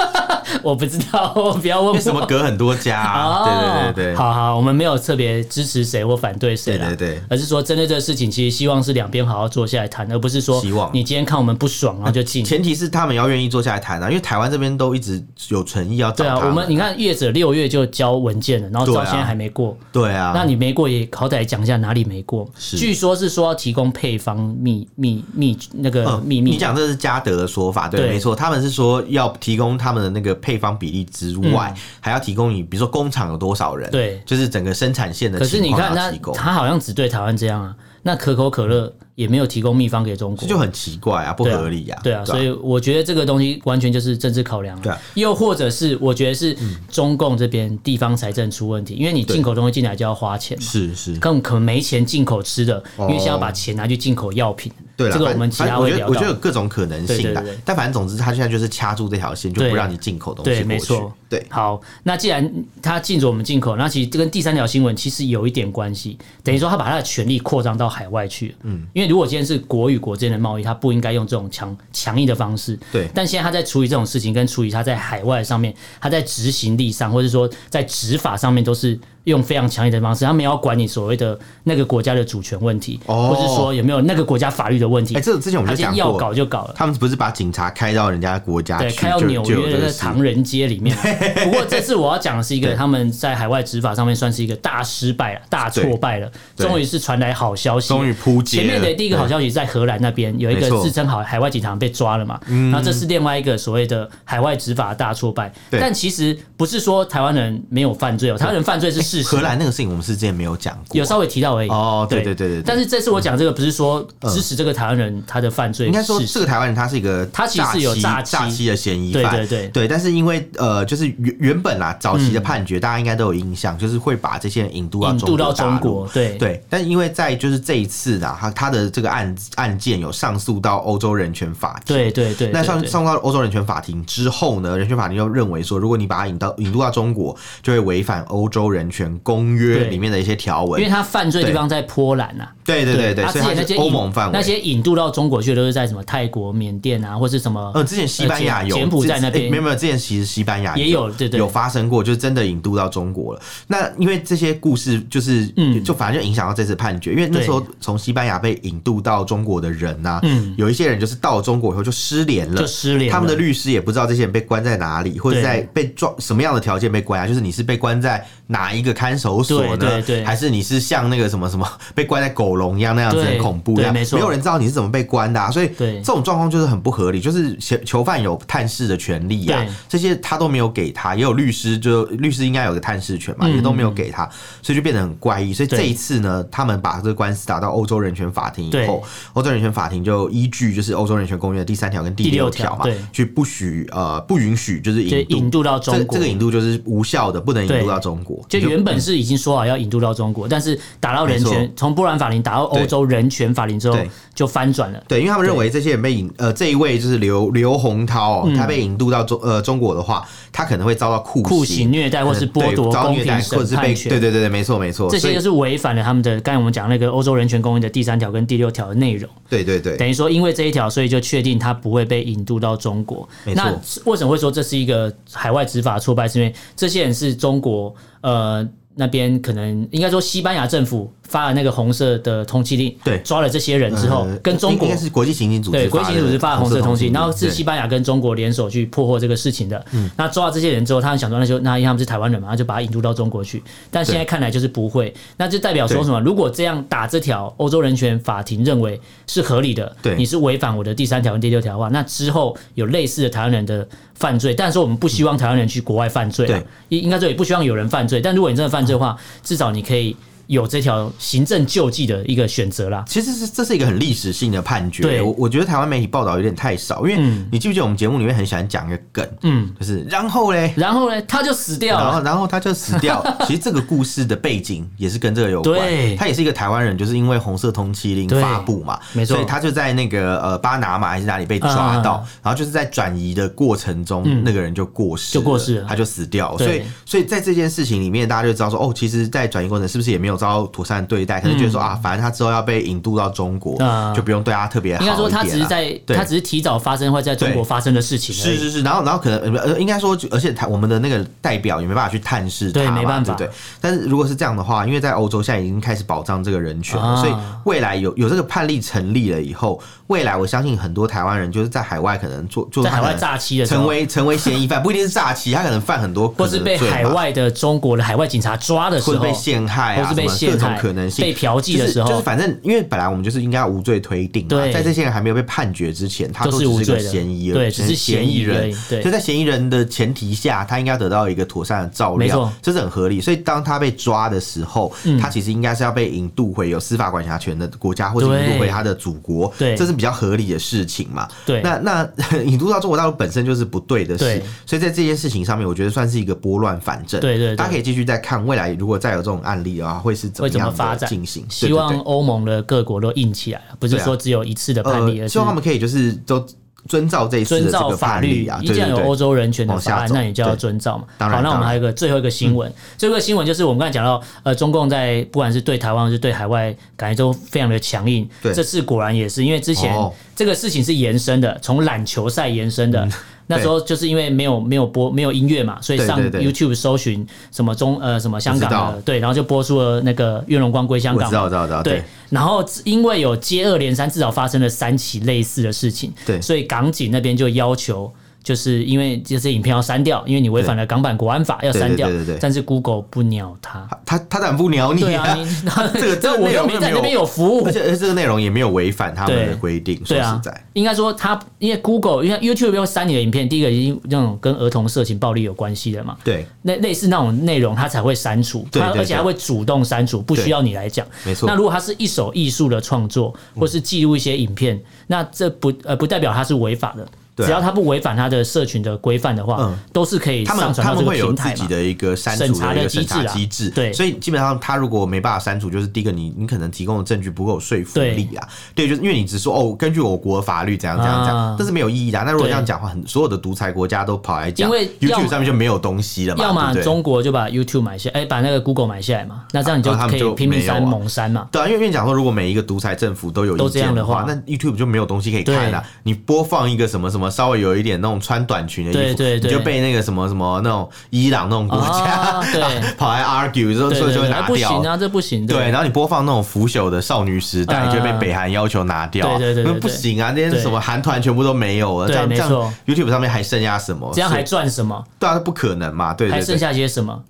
Speaker 2: 我不知道，我不要问
Speaker 1: 为什么
Speaker 2: 我。
Speaker 1: 格很多家啊，
Speaker 2: 哦
Speaker 1: 对对对对。
Speaker 2: 好好，我们没有特别支持谁或反对谁啦，
Speaker 1: 对对对
Speaker 2: 而是说针对这个事情，其实希望是两边好好坐下来谈，而不是说
Speaker 1: 希望
Speaker 2: 你今天看我们不爽，然后就进。
Speaker 1: 前提是他们要愿意坐下来谈啊，因为台湾这边都一直有诚意要找
Speaker 2: 对啊，
Speaker 1: 他
Speaker 2: 我们你看业者六月就交文件了，然后
Speaker 1: 对
Speaker 2: 到
Speaker 1: 啊
Speaker 2: 现在还没过，
Speaker 1: 对啊，
Speaker 2: 那你没过也好歹讲一下哪里没过。据说是说要提供配方秘秘秘那个
Speaker 1: 嗯
Speaker 2: 秘密，
Speaker 1: 你讲这是嘉德的说法，对，
Speaker 2: 对
Speaker 1: 没错，他们是说要提供他们的那个配方比例之外，还要提供你，比如说工厂有多少人，
Speaker 2: 嗯对
Speaker 1: 就是整个生产线的
Speaker 2: 可是
Speaker 1: 情
Speaker 2: 你
Speaker 1: 况
Speaker 2: 看
Speaker 1: 要
Speaker 2: 他
Speaker 1: 提供，
Speaker 2: 他好像只对台湾这样啊。那可口可乐也没有提供秘方给中国
Speaker 1: 这，就很奇怪啊，不合理呀、
Speaker 2: 对啊，所以我觉得这个东西完全就是政治考量、
Speaker 1: 对啊
Speaker 2: 又或者是我觉得是中共这边地方财政出问题，因为你进口东西进来就要花钱嘛。
Speaker 1: 是是，
Speaker 2: 更可能没钱进口吃的，因
Speaker 1: 哦
Speaker 2: 为先要把钱拿去进口药品。
Speaker 1: 对啦
Speaker 2: 这个我
Speaker 1: 反
Speaker 2: 们其
Speaker 1: 反
Speaker 2: 他
Speaker 1: 我
Speaker 2: 会
Speaker 1: 觉得
Speaker 2: 聊
Speaker 1: 我觉得有
Speaker 2: 到。
Speaker 1: 各种可能性的
Speaker 2: 对对对，
Speaker 1: 但反正总之，他现在就是掐住这条线，就
Speaker 2: 对
Speaker 1: 不让你进口东西
Speaker 2: 对，
Speaker 1: 过
Speaker 2: 没
Speaker 1: 去
Speaker 2: 错。。
Speaker 1: 对，
Speaker 2: 好，那既然他禁止我们进口，那其实这跟第三条新闻其实有一点关系，等于说他把他的权利扩张到海外去。嗯，因为如果今天是国与国之间的贸易，他不应该用这种强强硬的方式。
Speaker 1: 对
Speaker 2: 但现在他在处理这种事情，跟处理他在海外上面，他在执行力上，或者说在执法上面，都是用非常强硬的方式，他没有管你所谓的那个国家的主权问题，
Speaker 1: 哦
Speaker 2: 或是说有没有那个国家法律的问题。
Speaker 1: 哎，这个之前我
Speaker 2: 他
Speaker 1: 们就
Speaker 2: 今天
Speaker 1: 讲
Speaker 2: 要搞
Speaker 1: 过，
Speaker 2: 就搞了。
Speaker 1: 他们不是把警察开到人家国家
Speaker 2: 对，
Speaker 1: 去，
Speaker 2: 开到
Speaker 1: 就
Speaker 2: 纽
Speaker 1: 就有
Speaker 2: 约
Speaker 1: 这
Speaker 2: 的
Speaker 1: 个
Speaker 2: 在
Speaker 1: 事
Speaker 2: 唐人街里
Speaker 1: [laughs]
Speaker 2: 面。不过这次我要讲的是一个他们在海外执法上面算是一个大失败了，大挫败了。
Speaker 1: 对
Speaker 2: 终于是传来好消息，
Speaker 1: 终于扑街
Speaker 2: 前面的
Speaker 1: 了
Speaker 2: 第一个好消息在荷兰那边有一个
Speaker 1: 没错嗯
Speaker 2: 自称好海外警察被抓了嘛，然后这是另外一个所谓的海外执法大挫败。
Speaker 1: 对
Speaker 2: 但其实不是说台湾人没有犯罪哦，台湾人犯罪是事实
Speaker 1: 荷。兰那个事情我们是之前没有讲过，
Speaker 2: 有稍微提到而已
Speaker 1: 哦对对对对对嗯
Speaker 2: 但是这次我讲这个不是说支持这个台湾人他的犯罪，
Speaker 1: 应该说
Speaker 2: 事实
Speaker 1: 这个台湾人他是一个
Speaker 2: 他其实有
Speaker 1: 诈
Speaker 2: 诈欺
Speaker 1: 欺诈欺的嫌疑犯，
Speaker 2: 对对对嗯
Speaker 1: 但是因为呃，就是原原本啦，早期的判决、大家应该都有印象，就是会把这些人引渡到
Speaker 2: 引渡到
Speaker 1: 中国大
Speaker 2: 中
Speaker 1: 陆
Speaker 2: 国，对
Speaker 1: 对，但因为在就是这一次啊，他他的这个案案件有上诉到欧洲人权法庭。
Speaker 2: 对对对，
Speaker 1: 那
Speaker 2: 对
Speaker 1: 上
Speaker 2: 对
Speaker 1: 上到欧洲人权法庭之后呢，人权法庭又认为说，如果你把他引到引渡到中国，就会违反欧洲人权公约
Speaker 2: 对
Speaker 1: 里面的一些条文
Speaker 2: 因为。他犯罪的地方在波兰啊。
Speaker 1: 对对对对，
Speaker 2: 他之
Speaker 1: 所
Speaker 2: 前
Speaker 1: 以
Speaker 2: 那
Speaker 1: 它
Speaker 2: 些
Speaker 1: 是欧
Speaker 2: 引
Speaker 1: 盟范围。
Speaker 2: 那些引渡到中国去的都是在什么泰国、缅甸啊，或是什么
Speaker 1: 呃，之前西班牙
Speaker 2: 呃
Speaker 1: 有，
Speaker 2: 柬柬埔寨
Speaker 1: 之
Speaker 2: 那
Speaker 1: 诶
Speaker 2: 边
Speaker 1: 没有没有，之前其实西班牙
Speaker 2: 也有对对
Speaker 1: 有发生过，就是真的引渡到中国了。那因为这些故事就是，
Speaker 2: 嗯
Speaker 1: 就反正就影响到这次判决，因为那时候从西班牙被引渡到中国的人呐、
Speaker 2: 嗯
Speaker 1: 有一些人就是到了中国以后就失联了
Speaker 2: 就。失联了，
Speaker 1: 他们的律师也不知道这些人被关在哪里，或者
Speaker 2: 对
Speaker 1: 在被抓什么样的条件被关啊？就是你是被关在哪一个看守所呢？
Speaker 2: 对对对
Speaker 1: 还是你是像那个什么什么被关在狗笼一样那样子
Speaker 2: 对
Speaker 1: 很恐怖
Speaker 2: 对
Speaker 1: 那样
Speaker 2: 没错
Speaker 1: 有人知道你是怎么被关的、啊，所以
Speaker 2: 对
Speaker 1: 这种状况就是很不合理，就是囚囚犯有探视的权利啊
Speaker 2: 对，
Speaker 1: 这些他都没有给他，也有律师就律师应该有个探视权嘛，
Speaker 2: 嗯
Speaker 1: 也都没有给他，所以就变得很怪异。所以
Speaker 2: 对
Speaker 1: 这一次呢，他们把这个官司打到欧洲人权法庭以
Speaker 2: 对
Speaker 1: 后，欧洲人权法庭就依据就是欧洲人权公约的第三条跟第
Speaker 2: 第六
Speaker 1: 六
Speaker 2: 条
Speaker 1: 条嘛
Speaker 2: 对，
Speaker 1: 去不许呃不允许就是
Speaker 2: 就
Speaker 1: 引渡
Speaker 2: 引渡到
Speaker 1: 这
Speaker 2: 中
Speaker 1: 个
Speaker 2: 国
Speaker 1: 这个引渡就是无效的，不能引
Speaker 2: 对
Speaker 1: 渡到中国。
Speaker 2: 就原本是已经说好要引渡到中国，但是打到人
Speaker 1: 没
Speaker 2: 权，从波兰法庭打到欧洲人权法庭之后
Speaker 1: 对，
Speaker 2: 就翻转了。
Speaker 1: 对，因为他们认为这些人被引，呃，这一位就是刘刘洪涛、哦，他被引渡到中呃中国的话，他可能会遭到酷
Speaker 2: 酷刑、虐待或是剥
Speaker 1: 嗯对
Speaker 2: 夺
Speaker 1: 遭
Speaker 2: 公
Speaker 1: 虐待，
Speaker 2: 平
Speaker 1: 或
Speaker 2: 审
Speaker 1: 者是被
Speaker 2: 判权，
Speaker 1: 对对对对，没错没错，
Speaker 2: 这
Speaker 1: 所
Speaker 2: 些
Speaker 1: 以
Speaker 2: 就是违反了他们的刚才我们讲那个欧洲人权公约的第三条跟第六条的内容。
Speaker 1: 对对对，
Speaker 2: 等于说，因为这一条，所以就确定他不会被引渡到中国。
Speaker 1: 没错
Speaker 2: 那为什么会说这是一个海外执法挫败？是因为这些人是中国呃那边可能应该说西班牙政府发了那个红色的通缉令，
Speaker 1: 对
Speaker 2: 抓了这些人之后，
Speaker 1: 呃
Speaker 2: 跟中国
Speaker 1: 应该是国际刑警组织
Speaker 2: 对国际组织发了
Speaker 1: 发的
Speaker 2: 红色通缉，然后是
Speaker 1: 对嗯
Speaker 2: 西班牙跟中国联手去破获这个事情的。那抓到这些人之后，他们想说那就那因为他们是台湾人嘛，那就把他引渡到中国去。但现在看来就是不会，那就代表说
Speaker 1: 对
Speaker 2: 什么？如果这样打这条欧洲人权法庭认为是合理的，
Speaker 1: 对
Speaker 2: 你是违反我的第三条跟第六条的话，那之后有类似的台湾人的犯罪，但是我们不希望台湾人去国外犯罪啊
Speaker 1: 对，
Speaker 2: 应应该说也不希望有人犯罪。但如果你真的犯罪的话，至少你可以有这条行政救济的一个选择啦。
Speaker 1: 其实是这是一个很历史性的判决，
Speaker 2: 对嗯
Speaker 1: 我我觉得台湾媒体报道有点太少，因为你记不记得我们节目里面很喜欢讲一个梗，嗯，就是然后嘞，
Speaker 2: 然后呢，他就死掉
Speaker 1: 然
Speaker 2: 了。
Speaker 1: 后然后他就
Speaker 2: [laughs]
Speaker 1: 死掉。其实这个故事的背景也是跟这个有关
Speaker 2: 对，
Speaker 1: 他也是一个台湾人，就是因为红色通缉令
Speaker 2: 对
Speaker 1: 发布嘛，
Speaker 2: 没错
Speaker 1: 所以他就在那个呃巴拿马还是哪里被抓到，
Speaker 2: 嗯
Speaker 1: 然后就是在转移的过程中，那个人就过世，
Speaker 2: 就过世了
Speaker 1: 他就死掉了。
Speaker 2: 对
Speaker 1: 所以所以在这件事情里面，大家就知道说，哦，其实，在转移过程是不是也没有遭到妥善的对待？可能觉得说、啊，反正他之后要被引渡到中国，
Speaker 2: 嗯
Speaker 1: 就不用对他特别好一
Speaker 2: 应
Speaker 1: 点
Speaker 2: 该说，
Speaker 1: 啊。
Speaker 2: 他只是在，
Speaker 1: 对
Speaker 2: 他只是提早发生或在中国发生的事情而
Speaker 1: 是
Speaker 2: 已。
Speaker 1: 是是，然后然后可能呃，应该说，而且他我们的那个代表也没办法去探视他
Speaker 2: 对
Speaker 1: 嘛，
Speaker 2: 没办法
Speaker 1: 对不对？但是如果是这样的话，因为在欧洲现在已经开始保障这个人权了，
Speaker 2: 啊
Speaker 1: 所以未来有有这个判例成立了以后，未来我相信很多台湾人就是在海外可能做做
Speaker 2: 在海外
Speaker 1: 他可能
Speaker 2: 诈欺的时
Speaker 1: 成
Speaker 2: 候，
Speaker 1: 为成为嫌疑犯，不一定是诈欺，他可能犯很多可
Speaker 2: 或
Speaker 1: 能
Speaker 2: 是
Speaker 1: 的
Speaker 2: 被
Speaker 1: 罪嘛
Speaker 2: 海外的中国的海外警察抓的时
Speaker 1: 或者
Speaker 2: 候
Speaker 1: 被，陷害啊，
Speaker 2: 或是被
Speaker 1: 什么么各
Speaker 2: 陷
Speaker 1: 种
Speaker 2: 害
Speaker 1: 可能性
Speaker 2: 被嫖妓
Speaker 1: 就
Speaker 2: 的
Speaker 1: 是
Speaker 2: 时候，
Speaker 1: 就是反正因为本来我们就是应该要无罪推定嘛，
Speaker 2: 对
Speaker 1: 在这些人还没有被判决之前，他
Speaker 2: 都
Speaker 1: 都
Speaker 2: 是
Speaker 1: 只
Speaker 2: 无
Speaker 1: 是
Speaker 2: 罪
Speaker 1: 个
Speaker 2: 的
Speaker 1: 嫌疑人，
Speaker 2: 对只是
Speaker 1: 嫌
Speaker 2: 嫌疑而
Speaker 1: 人
Speaker 2: 已。对
Speaker 1: 所以在嫌疑人的前提下，他应该得到一个妥善的照
Speaker 2: 没
Speaker 1: 料
Speaker 2: 错，嗯
Speaker 1: 这是很合理。所以当他被抓的时候，他其实应该是要被引渡回有司法管辖权的国家，或者
Speaker 2: 对
Speaker 1: 引渡回他的祖国，
Speaker 2: 对
Speaker 1: 这是比较合理的事情嘛。
Speaker 2: 对
Speaker 1: 那 [laughs] 那引渡到中国大陆本身就是不对的事
Speaker 2: 对，
Speaker 1: 所以在这些事情上面，我觉得算是一个拨乱反正。
Speaker 2: 对对对
Speaker 1: 大家可以继续再看未来，如果再有这种案例的话，会是怎么
Speaker 2: 会怎么
Speaker 1: 样的
Speaker 2: 发展
Speaker 1: 进行？对
Speaker 2: 希
Speaker 1: 对
Speaker 2: 望
Speaker 1: 对
Speaker 2: 欧盟的各国都硬起来了，不是
Speaker 1: 对啊
Speaker 2: 说只有一次的判例，而
Speaker 1: 呃，
Speaker 2: 是
Speaker 1: 希望他们可以就是都遵照这一次
Speaker 2: 遵
Speaker 1: 的这
Speaker 2: 照
Speaker 1: 个
Speaker 2: 法
Speaker 1: 判
Speaker 2: 律
Speaker 1: 例啊，
Speaker 2: 一
Speaker 1: 对
Speaker 2: 既
Speaker 1: 对
Speaker 2: 然有欧
Speaker 1: 对。
Speaker 2: 洲人权的
Speaker 1: 往下
Speaker 2: 法案，
Speaker 1: 走
Speaker 2: 那你就要
Speaker 1: 对
Speaker 2: 遵照嘛。
Speaker 1: 当然
Speaker 2: 好，那我
Speaker 1: 当
Speaker 2: 们
Speaker 1: 然嗯
Speaker 2: 还有一个最后一个新闻，最后一个新闻就是我们刚才讲到，呃，中共在不管是对台湾还是对海外，感觉都非常的强硬。
Speaker 1: 对
Speaker 2: 这次果然也是因为之前
Speaker 1: 哦嗯
Speaker 2: 这个事情是延伸的，从篮球赛延伸的。 [laughs] 那时候就是因为没有没有播没有音乐嘛，所以
Speaker 1: 对
Speaker 2: 上
Speaker 1: 对对
Speaker 2: YouTube 搜寻什么中呃什么香港
Speaker 1: 我知
Speaker 2: 的
Speaker 1: 道
Speaker 2: 对，然后就播出了那个《愿荣光归香
Speaker 1: 我
Speaker 2: 港》
Speaker 1: 知道，我知道，我知道。
Speaker 2: 对
Speaker 1: 啊对，，
Speaker 2: 然后因为有接二连三，至少发生了三起类似的事情，
Speaker 1: 对
Speaker 2: 所以港警那边就要求。就是因为这些影片要删掉，因为你违反了港版国安法，要删掉。
Speaker 1: 对对对对
Speaker 2: 但是 Google 不鸟
Speaker 1: [laughs]
Speaker 2: 他。
Speaker 1: 他他当然不鸟你
Speaker 2: 对啊，你 [laughs]
Speaker 1: 这个这个
Speaker 2: 我
Speaker 1: 内
Speaker 2: 又
Speaker 1: 容
Speaker 2: 没
Speaker 1: 又
Speaker 2: 在
Speaker 1: 没
Speaker 2: 那边有服务
Speaker 1: [laughs] 而。且而且这个内容也没有违反他们
Speaker 2: 对
Speaker 1: 的规定。说
Speaker 2: 对
Speaker 1: 实
Speaker 2: 啊
Speaker 1: 在，，
Speaker 2: 应该说他因为 Google，因为 YouTube 要删你的影片，第一个已经那种跟儿童色情暴力有关系的嘛，
Speaker 1: 对，
Speaker 2: 那类似那种内容，它才会删除，
Speaker 1: 对
Speaker 2: 它
Speaker 1: 对
Speaker 2: 而且
Speaker 1: 对
Speaker 2: 它会主动删除，不需要你来讲。
Speaker 1: 没错嗯
Speaker 2: 那如果它是一首艺术的创作，或是记录一些影片，那这不呃不代表它是违法的。
Speaker 1: 对啊
Speaker 2: 只要它不违反它的社群的规范的话，
Speaker 1: 嗯
Speaker 2: 都是可以
Speaker 1: 他
Speaker 2: 上
Speaker 1: 们
Speaker 2: 传
Speaker 1: 他
Speaker 2: 到这
Speaker 1: 们
Speaker 2: 个
Speaker 1: 会有
Speaker 2: 平
Speaker 1: 自
Speaker 2: 台
Speaker 1: 己
Speaker 2: 嘛。
Speaker 1: 的一个删除的一个
Speaker 2: 审
Speaker 1: 审查
Speaker 2: 查的机制啊
Speaker 1: 机制，
Speaker 2: 对
Speaker 1: 所以基本上他如果没办法删除，就是第一个你你可能提供的证据不够有说服力啊，对，就是因为你只说哦，根据我国法律怎样怎样怎
Speaker 2: 啊
Speaker 1: 样，这是没有意义的啊。那如果
Speaker 2: 对
Speaker 1: 这样讲的话，很所有的独裁国家都跑来讲，
Speaker 2: 因为要么
Speaker 1: YouTube 上面就没有东西了嘛，
Speaker 2: 要么
Speaker 1: 对不对
Speaker 2: 中国就把 YouTube 买下，哎、把那个 Google 买下来嘛，那这样你就
Speaker 1: 啊他们
Speaker 2: 可以
Speaker 1: 就
Speaker 2: 拼命
Speaker 1: 没有啊
Speaker 2: 删、猛删嘛。
Speaker 1: 对啊，因为因为讲说，如果每一个独裁政府都有
Speaker 2: 都
Speaker 1: 意
Speaker 2: 这样
Speaker 1: 见
Speaker 2: 的话
Speaker 1: 话，那 YouTube 就没有东西可以看了、你播放一个什么什么，稍微有一点那种穿短裙的衣
Speaker 2: 对
Speaker 1: 服，
Speaker 2: 对对
Speaker 1: 你就被那个什么什么那种伊朗那种国家、
Speaker 2: 啊
Speaker 1: [laughs]
Speaker 2: 对
Speaker 1: 跑来 argue，说
Speaker 2: 对
Speaker 1: 所
Speaker 2: 对
Speaker 1: 以就
Speaker 2: 对，
Speaker 1: 会
Speaker 2: 哎
Speaker 1: 拿
Speaker 2: 不行
Speaker 1: 掉。
Speaker 2: 啊，这不行。
Speaker 1: 对，然后你播放那种腐朽的少女时代，
Speaker 2: 嗯
Speaker 1: 就被北韩要求拿掉啊。
Speaker 2: 对对对对
Speaker 1: 那不行啊，那些
Speaker 2: 对
Speaker 1: 什么韩团全部都没有了，
Speaker 2: 对
Speaker 1: 这样这
Speaker 2: 没错
Speaker 1: 样 YouTube 上面还剩下什么？
Speaker 2: 这样还
Speaker 1: 是
Speaker 2: 赚什么？
Speaker 1: 对啊，不可能嘛，对对
Speaker 2: 还剩
Speaker 1: 对，
Speaker 2: 下些什么？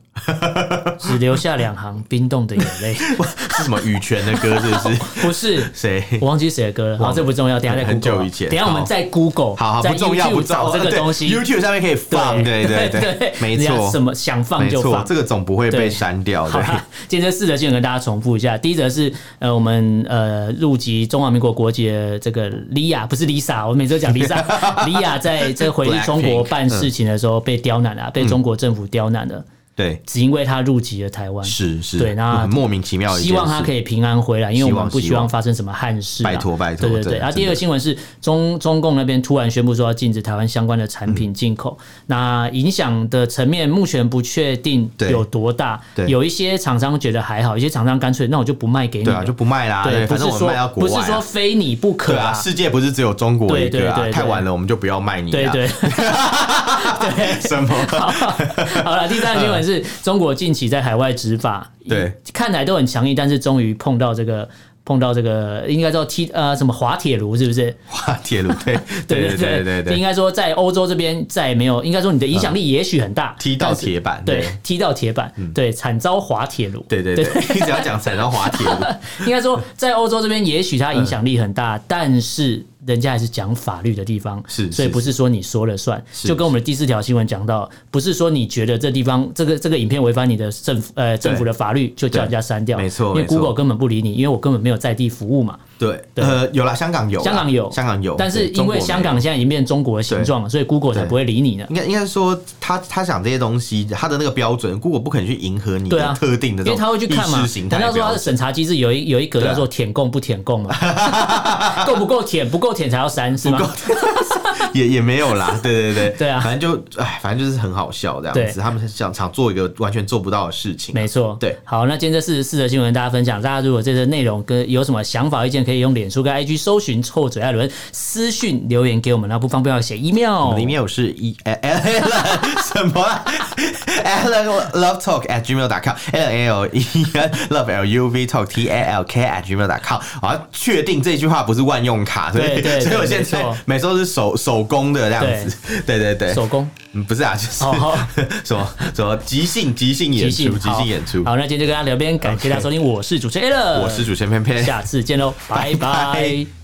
Speaker 2: 只留下两行冰冻的眼
Speaker 1: [laughs]
Speaker 2: 泪。
Speaker 1: [laughs] 是什么羽泉的歌
Speaker 2: [laughs]
Speaker 1: 是不是？
Speaker 2: 不是，
Speaker 1: 谁？
Speaker 2: 我忘记谁的歌了，好，
Speaker 1: 忘了
Speaker 2: 这不重要，等一下再 Google
Speaker 1: 很久
Speaker 2: 啊
Speaker 1: 以前
Speaker 2: 等一下我们再 Google，
Speaker 1: 好好，
Speaker 2: 在
Speaker 1: 不重要，不
Speaker 2: YouTube
Speaker 1: 重
Speaker 2: 找
Speaker 1: 要。
Speaker 2: 这个
Speaker 1: 对
Speaker 2: 东西。
Speaker 1: YouTube 上面可以放，对
Speaker 2: 对
Speaker 1: 对
Speaker 2: 对，
Speaker 1: 没
Speaker 2: 人家
Speaker 1: 错，
Speaker 2: 什么想放
Speaker 1: 没
Speaker 2: 就
Speaker 1: 错
Speaker 2: 放，。
Speaker 1: 这个总不会
Speaker 2: 对
Speaker 1: 被删掉
Speaker 2: 好
Speaker 1: 的。
Speaker 2: 啦，今天这四则新闻跟大家重复一下。第一则是呃，我们呃入籍中华民国国籍的这个莉亚，不是 Lisa，我每次都讲
Speaker 1: [laughs]
Speaker 2: Lisa。莉亚在这回去中国
Speaker 1: Blackpink，
Speaker 2: 办事情的时候被刁
Speaker 1: [laughs]
Speaker 2: 难
Speaker 1: 嗯
Speaker 2: 啊，被中国政府刁难的，
Speaker 1: 对，
Speaker 2: 只因为她入籍了台湾。
Speaker 1: 是是，
Speaker 2: 对那
Speaker 1: 很莫名其妙的一件事。
Speaker 2: 希望他可以平安回来，因为我
Speaker 1: 希
Speaker 2: 们
Speaker 1: 望
Speaker 2: 不希
Speaker 1: 希
Speaker 2: 望
Speaker 1: 望
Speaker 2: 发生什么憾事、啊。
Speaker 1: 拜托拜托
Speaker 2: 对对对。
Speaker 1: 真的
Speaker 2: 然后第二个
Speaker 1: 真的
Speaker 2: 新闻是中中共那边突然宣布说要禁止台湾相关的产品进口，
Speaker 1: 嗯
Speaker 2: 那影响的层面目前不确定
Speaker 1: 对
Speaker 2: 有多大。
Speaker 1: 对
Speaker 2: 有一些厂商觉得还好，有一些厂商干脆那我就不卖给你
Speaker 1: 对
Speaker 2: 了。哎
Speaker 1: 啊，就不卖啦。对，
Speaker 2: 不
Speaker 1: 反
Speaker 2: 是
Speaker 1: 正我们
Speaker 2: 说
Speaker 1: 卖到国
Speaker 2: 不
Speaker 1: 外
Speaker 2: 是
Speaker 1: 啊。
Speaker 2: 说非你不可
Speaker 1: 对啊，世界不是只有中国
Speaker 2: 对
Speaker 1: 一
Speaker 2: 对
Speaker 1: 个
Speaker 2: 对
Speaker 1: 啊
Speaker 2: 对！
Speaker 1: 太晚了，我们就不要卖你
Speaker 2: 对
Speaker 1: 啊！
Speaker 2: 对对。
Speaker 1: [laughs] 什么？
Speaker 2: 好好了，第三个新闻是中国近期在海外执法，
Speaker 1: 对，
Speaker 2: 看来都很强硬，但是终于碰到这个碰到这个应该叫踢呃什么滑铁卢是不是？
Speaker 1: 滑铁卢？
Speaker 2: [laughs]
Speaker 1: 对对对对对
Speaker 2: 应
Speaker 1: 对，
Speaker 2: 该说在欧洲这边再也没有，应该说你的影响力也许很大，
Speaker 1: 踢到
Speaker 2: 但是
Speaker 1: 铁板。
Speaker 2: 对
Speaker 1: 对，嗯
Speaker 2: 踢到铁板，对，惨遭滑铁卢，
Speaker 1: 对对 [laughs] 对，你只要讲踩到滑铁卢，
Speaker 2: 应该说，在欧洲这边，也许它影响力很大，但是人家还是讲法律的地方，
Speaker 1: 是
Speaker 2: 所以
Speaker 1: 是
Speaker 2: 不是说你说了算。
Speaker 1: 是
Speaker 2: 就跟我们的第四条新闻讲到，不是说你觉得这地方这个这个影片违反你的政府呃政府的法律，就叫人家删掉，
Speaker 1: 对没错
Speaker 2: 因为
Speaker 1: 没错
Speaker 2: Google 根本不理你，因为我根本没有在地服务嘛。
Speaker 1: 对，
Speaker 2: [laughs] 对
Speaker 1: 呃，有啦，香港有啦，
Speaker 2: 香港有
Speaker 1: 香港有，
Speaker 2: 但是
Speaker 1: 对
Speaker 2: 因为香。
Speaker 1: 中国没有
Speaker 2: 港现在已经变中国的形状了，所以 Google 才
Speaker 1: 对
Speaker 2: 不会理你呢。
Speaker 1: 应该应该说他，他讲这些东西，他的那个标准，Google 不可能去迎合你
Speaker 2: 对啊
Speaker 1: 的特定的
Speaker 2: 因
Speaker 1: 这
Speaker 2: 为
Speaker 1: 种
Speaker 2: 他会去看嘛
Speaker 1: 意识形，态
Speaker 2: 难道说他
Speaker 1: 标
Speaker 2: 的
Speaker 1: 准。
Speaker 2: 审查机制有一有一格
Speaker 1: 对啊
Speaker 2: 叫做舔供不舔供嘛？ [laughs] 够不够舔？不够舔才要删是吗？
Speaker 1: [laughs] 也也没
Speaker 2: [laughs]
Speaker 1: 有啦，对对对，
Speaker 2: 对啊
Speaker 1: 反正就哎，反正就是很好笑这样子。
Speaker 2: 对
Speaker 1: 他们想想做一个完全做不到的事情，
Speaker 2: 没错，
Speaker 1: 对。
Speaker 2: 好，那今天这四十四则新闻跟大家分享，大家如果这些内容跟有什么想法、意见，可以用脸书跟 IG 搜寻“臭嘴艾伦”，私讯哦
Speaker 1: [laughs]
Speaker 2: 留言给我们，然后不方便要写 email
Speaker 1: 我。们的 email 是 e l 什么啊 Alan Love Talk at gmail.com L L E N Love L U V Talk T A L K at gmail.com。我要确定这句话不是万用卡，所
Speaker 2: 对
Speaker 1: 以
Speaker 2: 对对
Speaker 1: [laughs] 所以我现在
Speaker 2: 没错
Speaker 1: 每次都是手手工的这样子。对对对，
Speaker 2: 手工
Speaker 1: 嗯不是啊，就是
Speaker 2: 哦好
Speaker 1: [laughs] 什么什么即兴即兴演
Speaker 2: 即兴
Speaker 1: 出，即
Speaker 2: 好
Speaker 1: 兴演出。
Speaker 2: 好，呃那今天就跟大家聊到这边，感谢大家收听，我是主持人 a l
Speaker 1: 我是主持人偏
Speaker 2: [laughs]
Speaker 1: 偏，
Speaker 2: 下次见喽，拜
Speaker 1: 拜
Speaker 2: 拜
Speaker 1: 拜。